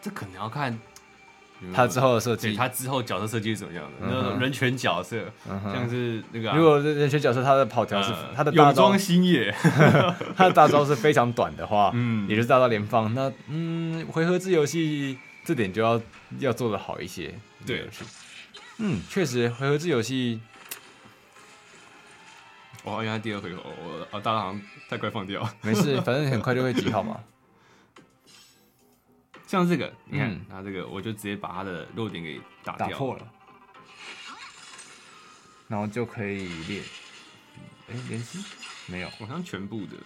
Speaker 2: 这可能要看
Speaker 1: 它之后的设
Speaker 2: 嗯对
Speaker 1: 计，
Speaker 2: 他之后角色设计是怎么样的，
Speaker 1: 嗯哼嗯
Speaker 2: 那种人权角色，像是那个啊、
Speaker 1: 如果人人选角色他的跑条是
Speaker 2: 呃
Speaker 1: 他的大嗯
Speaker 2: 泳
Speaker 1: 招
Speaker 2: 装，星野，
Speaker 1: 他的大招是非常短的话，
Speaker 2: 嗯
Speaker 1: 也就是大招连放。那嗯，回合制游戏这点就要要做的好一些。
Speaker 2: 对，
Speaker 1: 嗯，确实回合制游戏
Speaker 2: 哦，原来第二回合，我啊，大家好像太快放掉。
Speaker 1: 没 事，反正很快就会集好嘛。
Speaker 2: 像这个，你看
Speaker 1: 嗯
Speaker 2: 他这个，我就直接把他的弱点给 打
Speaker 1: 打
Speaker 2: 掉
Speaker 1: 破了，然后就可以练。哎，连击没有，
Speaker 2: 我好像全部的。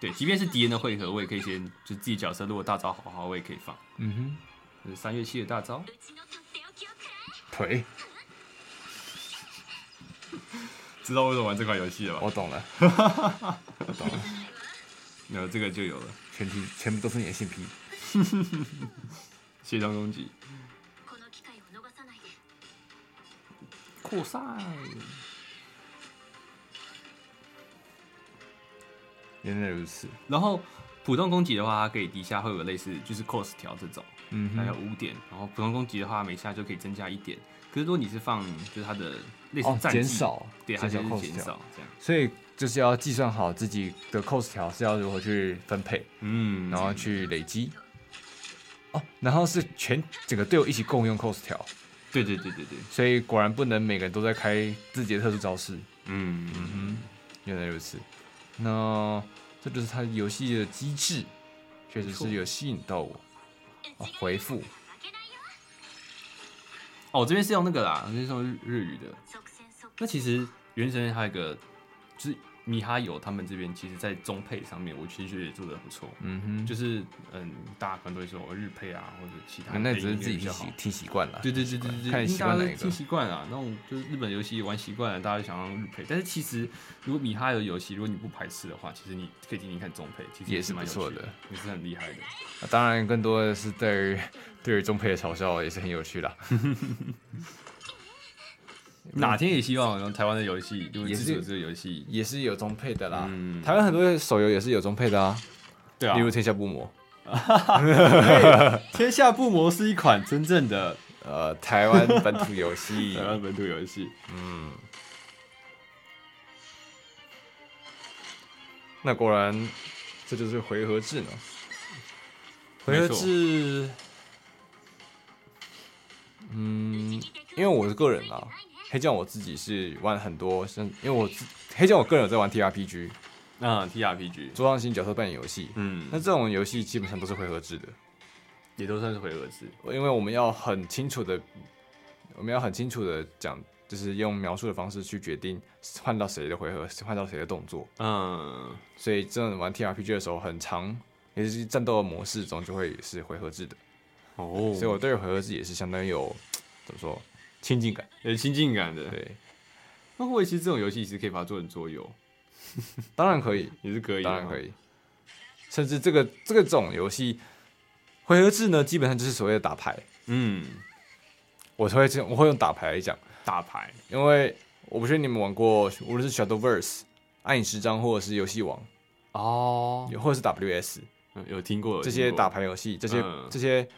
Speaker 2: 对，即便是敌人的回合，我也可以先就自己角色，如果大招好的话，我也可以放。
Speaker 1: 嗯
Speaker 2: 就是三月七的大招，
Speaker 1: 哼，腿，
Speaker 2: 知道为什么玩这款游戏了吧？
Speaker 1: 我懂了，
Speaker 2: 没有这个就有了，
Speaker 1: 全体全部都是你的性癖。
Speaker 2: 卸妆攻击，
Speaker 4: この機会を逃さないで
Speaker 2: 扩散。
Speaker 1: 原来如此，
Speaker 2: 然后普通攻击的话，它可以底下会有类似就是 cos 条这种，
Speaker 1: 嗯
Speaker 2: 大概
Speaker 1: 哼，
Speaker 2: 五点。然后普通攻击的话，每下就可以增加一点。可是如果你是放就是它的类似
Speaker 1: 哦，
Speaker 2: 战绩，
Speaker 1: 减少，
Speaker 2: 对，它
Speaker 1: 减
Speaker 2: 就
Speaker 1: 少
Speaker 2: 是
Speaker 1: cos
Speaker 2: 减
Speaker 1: 条，
Speaker 2: 少这样。
Speaker 1: 所以就是要计算好自己的 cos 条是要如何去分配，
Speaker 2: 嗯，
Speaker 1: 然后去累积。哦，然后是全整个队伍一起共用 cos 条，
Speaker 2: 对对对对对，
Speaker 1: 所以果然不能每个人都在开自己的特殊招式。
Speaker 2: 嗯嗯嗯，
Speaker 1: 原来如此，那这就是它游戏的机制，确实是有吸引到我。哦、回复
Speaker 2: 哦，我这边是用那个啦，我这边是用日日语的。
Speaker 4: 即戦即
Speaker 2: 那其实《原神》还有一个就是米哈游他们这边，其实在中配上面，我其实觉得也做的不错。
Speaker 1: 嗯哼，就
Speaker 2: 就是嗯，大家可能都会说我日配啊，或者其他
Speaker 1: 那
Speaker 2: 配
Speaker 1: 只是
Speaker 2: 音
Speaker 1: 自己
Speaker 2: 比
Speaker 1: 听
Speaker 2: 较好
Speaker 1: 习听习惯了。
Speaker 2: 对对对对对，
Speaker 1: 看你
Speaker 2: 因为
Speaker 1: 习惯
Speaker 2: 大家
Speaker 1: 哪一
Speaker 2: 都
Speaker 1: 个
Speaker 2: 听习惯了，那种就是日本游戏玩习惯了，大家就想要日配。但是其实如果米哈游游戏，如果你不排斥的话，其实你可以听听看中配，其实
Speaker 1: 也
Speaker 2: 是
Speaker 1: 是
Speaker 2: 蛮
Speaker 1: 不
Speaker 2: 有
Speaker 1: 错
Speaker 2: 趣
Speaker 1: 的，
Speaker 2: 也是很厉害的。
Speaker 1: 那啊当然，更多的是对于对于中配的嘲笑也是很有趣啦。
Speaker 2: 哪天也希望然后台湾的游戏，如果
Speaker 1: 也
Speaker 2: 制作
Speaker 1: 是
Speaker 2: 这个游戏，
Speaker 1: 也是有中配的啦。
Speaker 2: 嗯
Speaker 1: 台湾很多手游也是有中配的啊，
Speaker 2: 对啊
Speaker 1: 例，如《天下不魔》。
Speaker 2: 天下不魔是一款真 正的
Speaker 1: 呃，台湾本土游戏
Speaker 2: 台湾本土游戏。
Speaker 1: 那果然，这就是回合制呢。回合制，嗯，因为我是个人啊，黑酱我自己是玩很多，像因为我自黑酱我个人有在玩 TRPG
Speaker 2: 那 TRPG，
Speaker 1: 桌上型角色扮演游戏，
Speaker 2: 嗯，
Speaker 1: 那这种游戏基本上都是回合制的，
Speaker 2: 也都算是回合制。
Speaker 1: 因为我们要很清楚的，我们要很清楚的讲，就是用描述的方式去决定换到谁的回合，换到谁的动作。
Speaker 2: 嗯，
Speaker 1: 所以真的玩 TRPG 的时候，很长，也就是战斗的模式中就会是回合制的，
Speaker 2: 哦，
Speaker 1: 所以我对回合制也是相当有怎么说亲近感。
Speaker 2: 有亲近感的。
Speaker 1: 对，
Speaker 2: 那我也其实这种游戏其实可以把它做成桌游，
Speaker 1: 当然可以，
Speaker 2: 也是可以的
Speaker 1: 当
Speaker 2: 嘛，
Speaker 1: 然可以，甚至这个这个种游戏回合制呢，基本上就是所谓的打牌。
Speaker 2: 嗯，
Speaker 1: 我会这我会用打牌来讲，
Speaker 2: 打牌，
Speaker 1: 因为我不确定你们玩过，无论是 Shadowverse、暗影十章，或者是游戏王，
Speaker 2: 哦，
Speaker 1: 或者是 WS
Speaker 2: 有有听过有
Speaker 1: 这
Speaker 2: 听
Speaker 1: 些
Speaker 2: 过
Speaker 1: 打牌游戏，这些、
Speaker 2: 嗯
Speaker 1: 这些，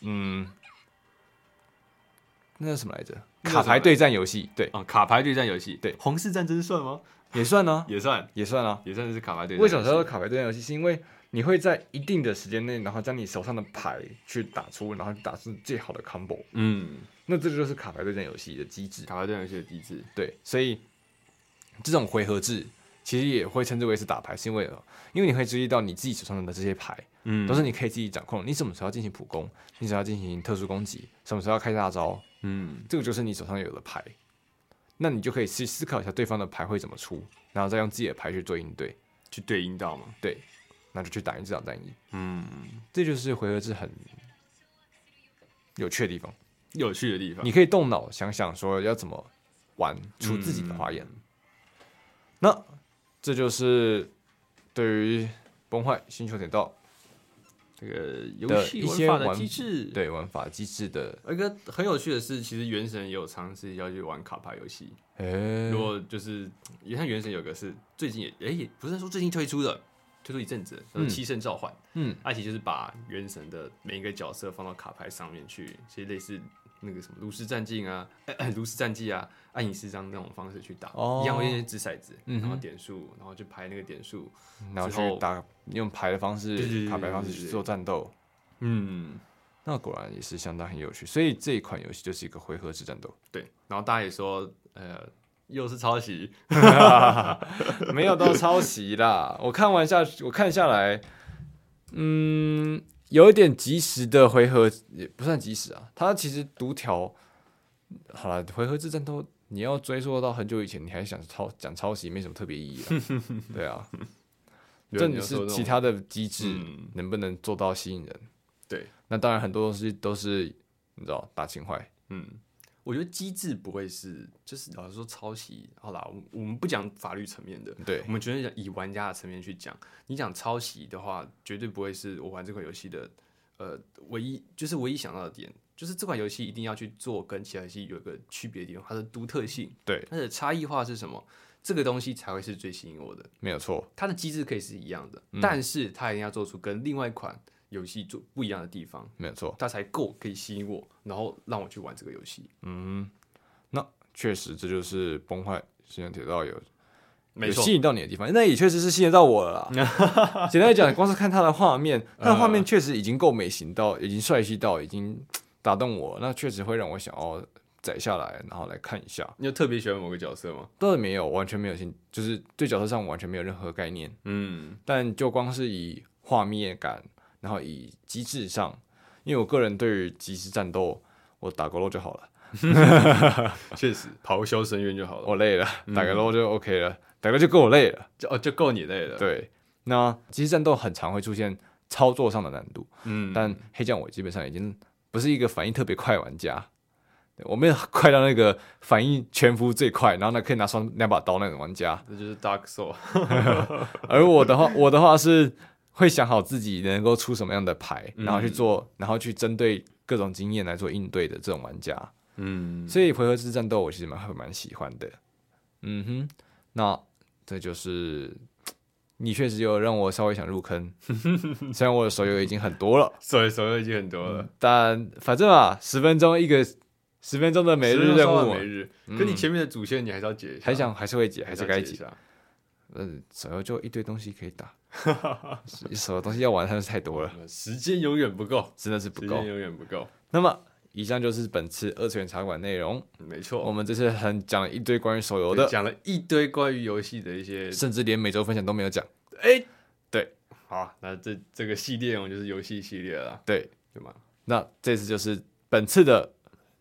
Speaker 1: 嗯，那是什么来着？
Speaker 2: 那叫什
Speaker 1: 卡
Speaker 2: 么
Speaker 1: 牌对战游戏，对，
Speaker 2: 啊，卡牌对战游戏，
Speaker 1: 对
Speaker 2: 皇室战争算吗？
Speaker 1: 也算呢、
Speaker 2: 也算，
Speaker 1: 也算啊。
Speaker 2: 也算是卡牌对战游戏。
Speaker 1: 为什么说卡牌对战游戏？是因为你会在一定的时间内，然后将你手上的牌去打出，然后打出最好的 combo。
Speaker 2: 嗯，
Speaker 1: 那这就是卡牌对战游戏的机制。
Speaker 2: 卡牌对战游戏的机制，
Speaker 1: 对，所以这种回合制其实也会称之为是打牌，是因为因为你会注意到你自己手上的这些牌
Speaker 2: 嗯
Speaker 1: 都是你可以自己掌控的，你什么时候要进行普攻，你什么时候要进行特殊攻击，什么时候要开大招，
Speaker 2: 嗯
Speaker 1: 这个就是你手上有的牌。那你就可以去思考一下对方的牌会怎么出，然后再用自己的牌去做应对，
Speaker 2: 去对应到嘛，
Speaker 1: 对，那就去打赢这场战役。
Speaker 2: 嗯，
Speaker 1: 这就是回合制很有趣的地方，
Speaker 2: 有趣的地方，
Speaker 1: 你可以动脑想想说要怎么玩出自己的花样。那这就是对于《崩坏：星球铁道
Speaker 2: 这个游
Speaker 1: 的
Speaker 2: 戏
Speaker 1: 一些
Speaker 2: 玩法的
Speaker 1: 玩
Speaker 2: 机制》。，
Speaker 1: 对玩法机制的，
Speaker 2: 一个很有趣的是，其实《原神》也有尝试要去玩卡牌游戏。
Speaker 1: 诶、
Speaker 2: 如果就是也像《原神》有个是最近也哎、也不是说最近推出的，推出一阵子，叫做
Speaker 1: 嗯
Speaker 2: 《七圣召唤》。
Speaker 1: 嗯，
Speaker 2: 它其实就是把《原神》的每一个角色放到卡牌上面去，其实类似那个什么炉石战境啊、炉石战绩啊、暗影四张那种方式去打，
Speaker 1: 哦
Speaker 2: 一样会掷骰子，
Speaker 1: 嗯哼
Speaker 2: 然后点数，然后去排那个点数。
Speaker 1: 然后
Speaker 2: 之后
Speaker 1: 去打用牌的方
Speaker 2: 对对
Speaker 1: 式、
Speaker 2: 对
Speaker 1: 卡牌方式
Speaker 2: 对对
Speaker 1: 去
Speaker 2: 对
Speaker 1: 做战斗，
Speaker 2: 嗯，
Speaker 1: 那果然也是相当很有趣。所以这一款游戏就是一个回合制战 斗，
Speaker 2: 对。然后大家也说，呃，又是抄袭，
Speaker 1: 没有到抄袭啦。我看完下，我看下来，嗯，有一点及时的回合也不算及时啊。它其实读条，好了，回合制战斗，你要追溯到很久以前，你还想抄讲抄袭，没什么特别意义 啦。对啊，
Speaker 2: 有
Speaker 1: 真
Speaker 2: 有
Speaker 1: 的
Speaker 2: 时候
Speaker 1: 是
Speaker 2: 那种
Speaker 1: 其他的机制
Speaker 2: 嗯
Speaker 1: 能不能做到吸引人？
Speaker 2: 对，
Speaker 1: 那当然很多东西都是你知道打情怀，
Speaker 2: 嗯，我觉得机制不会是，就是老实说抄袭。好啦，我们我们不讲法律层面的，
Speaker 1: 对
Speaker 2: 我们觉得以玩家的层面去讲，你讲抄袭的话，绝对不会是我玩这款游戏的，呃，唯一就是唯一想到的点，就是这款游戏一定要去做跟其他游戏有一个区别的地方，它的独特性，
Speaker 1: 对，
Speaker 2: 它的差异化是什么？这个东西才会是最吸引我的。
Speaker 1: 没有错。
Speaker 2: 它的机制可以是一样的，但是它一定要做出跟另外一款游戏做不一样的地方，
Speaker 1: 没有错，
Speaker 2: 它才够可以吸引我，然后让我去玩这个游戏。
Speaker 1: 确实这就是崩坏时间铁道有
Speaker 2: 没
Speaker 1: 有
Speaker 2: 错
Speaker 1: 吸，引到你的地方，那也确实是吸引到我了啦。 简单来讲，光是看它的画面，它的画
Speaker 2: 嗯
Speaker 1: 面确实已经够美型到，已经帅气到，已经嘖打动我了，那确实会让我想要载下来，然后来看一下。
Speaker 2: 你有特别喜欢某个角色吗？
Speaker 1: 当然没有，完全没有兴，就是对角色上完全没有任何概念，
Speaker 2: 嗯，
Speaker 1: 但就光是以画面感，然后以机制上，因为我个人对于即时战斗，我打个 l 就好了。
Speaker 2: 确实，咆哮深渊就好了，
Speaker 1: 我累了，打个 low 就 OK 了，打个就够我累了。
Speaker 2: 就哦就够你累了。，
Speaker 1: 对，那即时战斗很常会出现操作上的难度，
Speaker 2: 嗯，
Speaker 1: 但黑将我基本上已经不是一个反应特别快玩家，对我没有快到那个反应全服最快，然后呢可以拿双两把刀那种玩家。
Speaker 2: 这就是 Dark Soul。
Speaker 1: 而我的话，我的话是会想好自己能够出什么样的牌，
Speaker 2: 嗯
Speaker 1: 然后去做，然后去针对各种经验来做应对的这种玩家。
Speaker 2: 嗯，
Speaker 1: 所以回合制战斗我其实蛮还蛮喜欢的。嗯哼，那这就是你确实有让我稍微想入 坑，虽然我的手游已经很多了，
Speaker 2: 手手游已经很多
Speaker 1: 嗯
Speaker 2: 了，
Speaker 1: 但反正啊，十分钟一个十分钟的每日任务啊嗯
Speaker 2: 每，日，啊可你前面的主线你还是要解一下，
Speaker 1: 还想还是会解，还
Speaker 2: 还
Speaker 1: 是
Speaker 2: 是
Speaker 1: 该
Speaker 2: 该解一
Speaker 1: 解。
Speaker 2: 下。
Speaker 1: 嗯，手游就一堆东西可以 打，手游东西要玩它是太多了，
Speaker 2: 呃时间永远不够，
Speaker 1: 真的是不
Speaker 2: 时
Speaker 1: 够
Speaker 2: 间。永远不够，
Speaker 1: 那么。以上就是本次二次元茶馆内容。
Speaker 2: 没
Speaker 1: 我
Speaker 2: 错。
Speaker 1: 们这次很讲了一堆关于手游嗯
Speaker 2: 我
Speaker 1: 的，
Speaker 2: 讲了一堆关于游戏的一些，
Speaker 1: 甚至连每周分享都没有讲。
Speaker 2: 哎，
Speaker 1: 对，
Speaker 2: 好，那这这个系列我们就是游戏系列了，
Speaker 1: 对，
Speaker 2: 对吗？
Speaker 1: 那这次就是本次的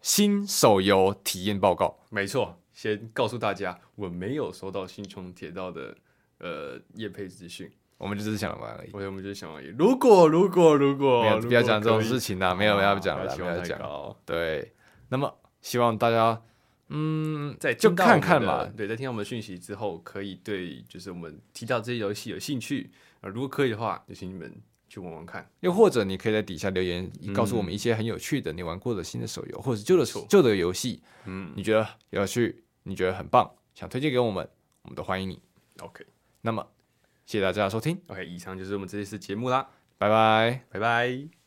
Speaker 1: 新手游体验报告。
Speaker 2: 没错，先告诉大家，我没有收到星穹铁道的呃业配资讯，
Speaker 1: 我们就只是想玩而已，
Speaker 2: 我我们就想而已。如果如果如果，
Speaker 1: 没有
Speaker 2: 如果
Speaker 1: 不要讲这种
Speaker 2: 可以
Speaker 1: 事，情啦，没有
Speaker 2: 啊
Speaker 1: 没有讲了，
Speaker 2: 期
Speaker 1: 不
Speaker 2: 望
Speaker 1: 要
Speaker 2: 太
Speaker 1: 讲。
Speaker 2: 高
Speaker 1: 对，那么希望大家，嗯，
Speaker 2: 在
Speaker 1: 就
Speaker 2: 听到
Speaker 1: 看
Speaker 2: 我们
Speaker 1: 看
Speaker 2: 的
Speaker 1: 嘛
Speaker 2: 对，在听到我们的讯息之后，可以对就是我们提到这些游戏有兴趣，呃，如果可以的话，就请你们去玩玩看。
Speaker 1: 又或者你可以在底下留言，告诉我们一些很有趣的你玩过的新的手游，或者是旧的
Speaker 2: 错
Speaker 1: 旧的游戏，
Speaker 2: 嗯
Speaker 1: 你觉得有趣，你觉得很棒，想推荐给我们，我们都欢迎你。
Speaker 2: ，OK
Speaker 1: 那么，谢谢大家的收听，
Speaker 2: OK，以上就是我们这一次节目啦，
Speaker 1: 拜拜。
Speaker 2: 拜拜。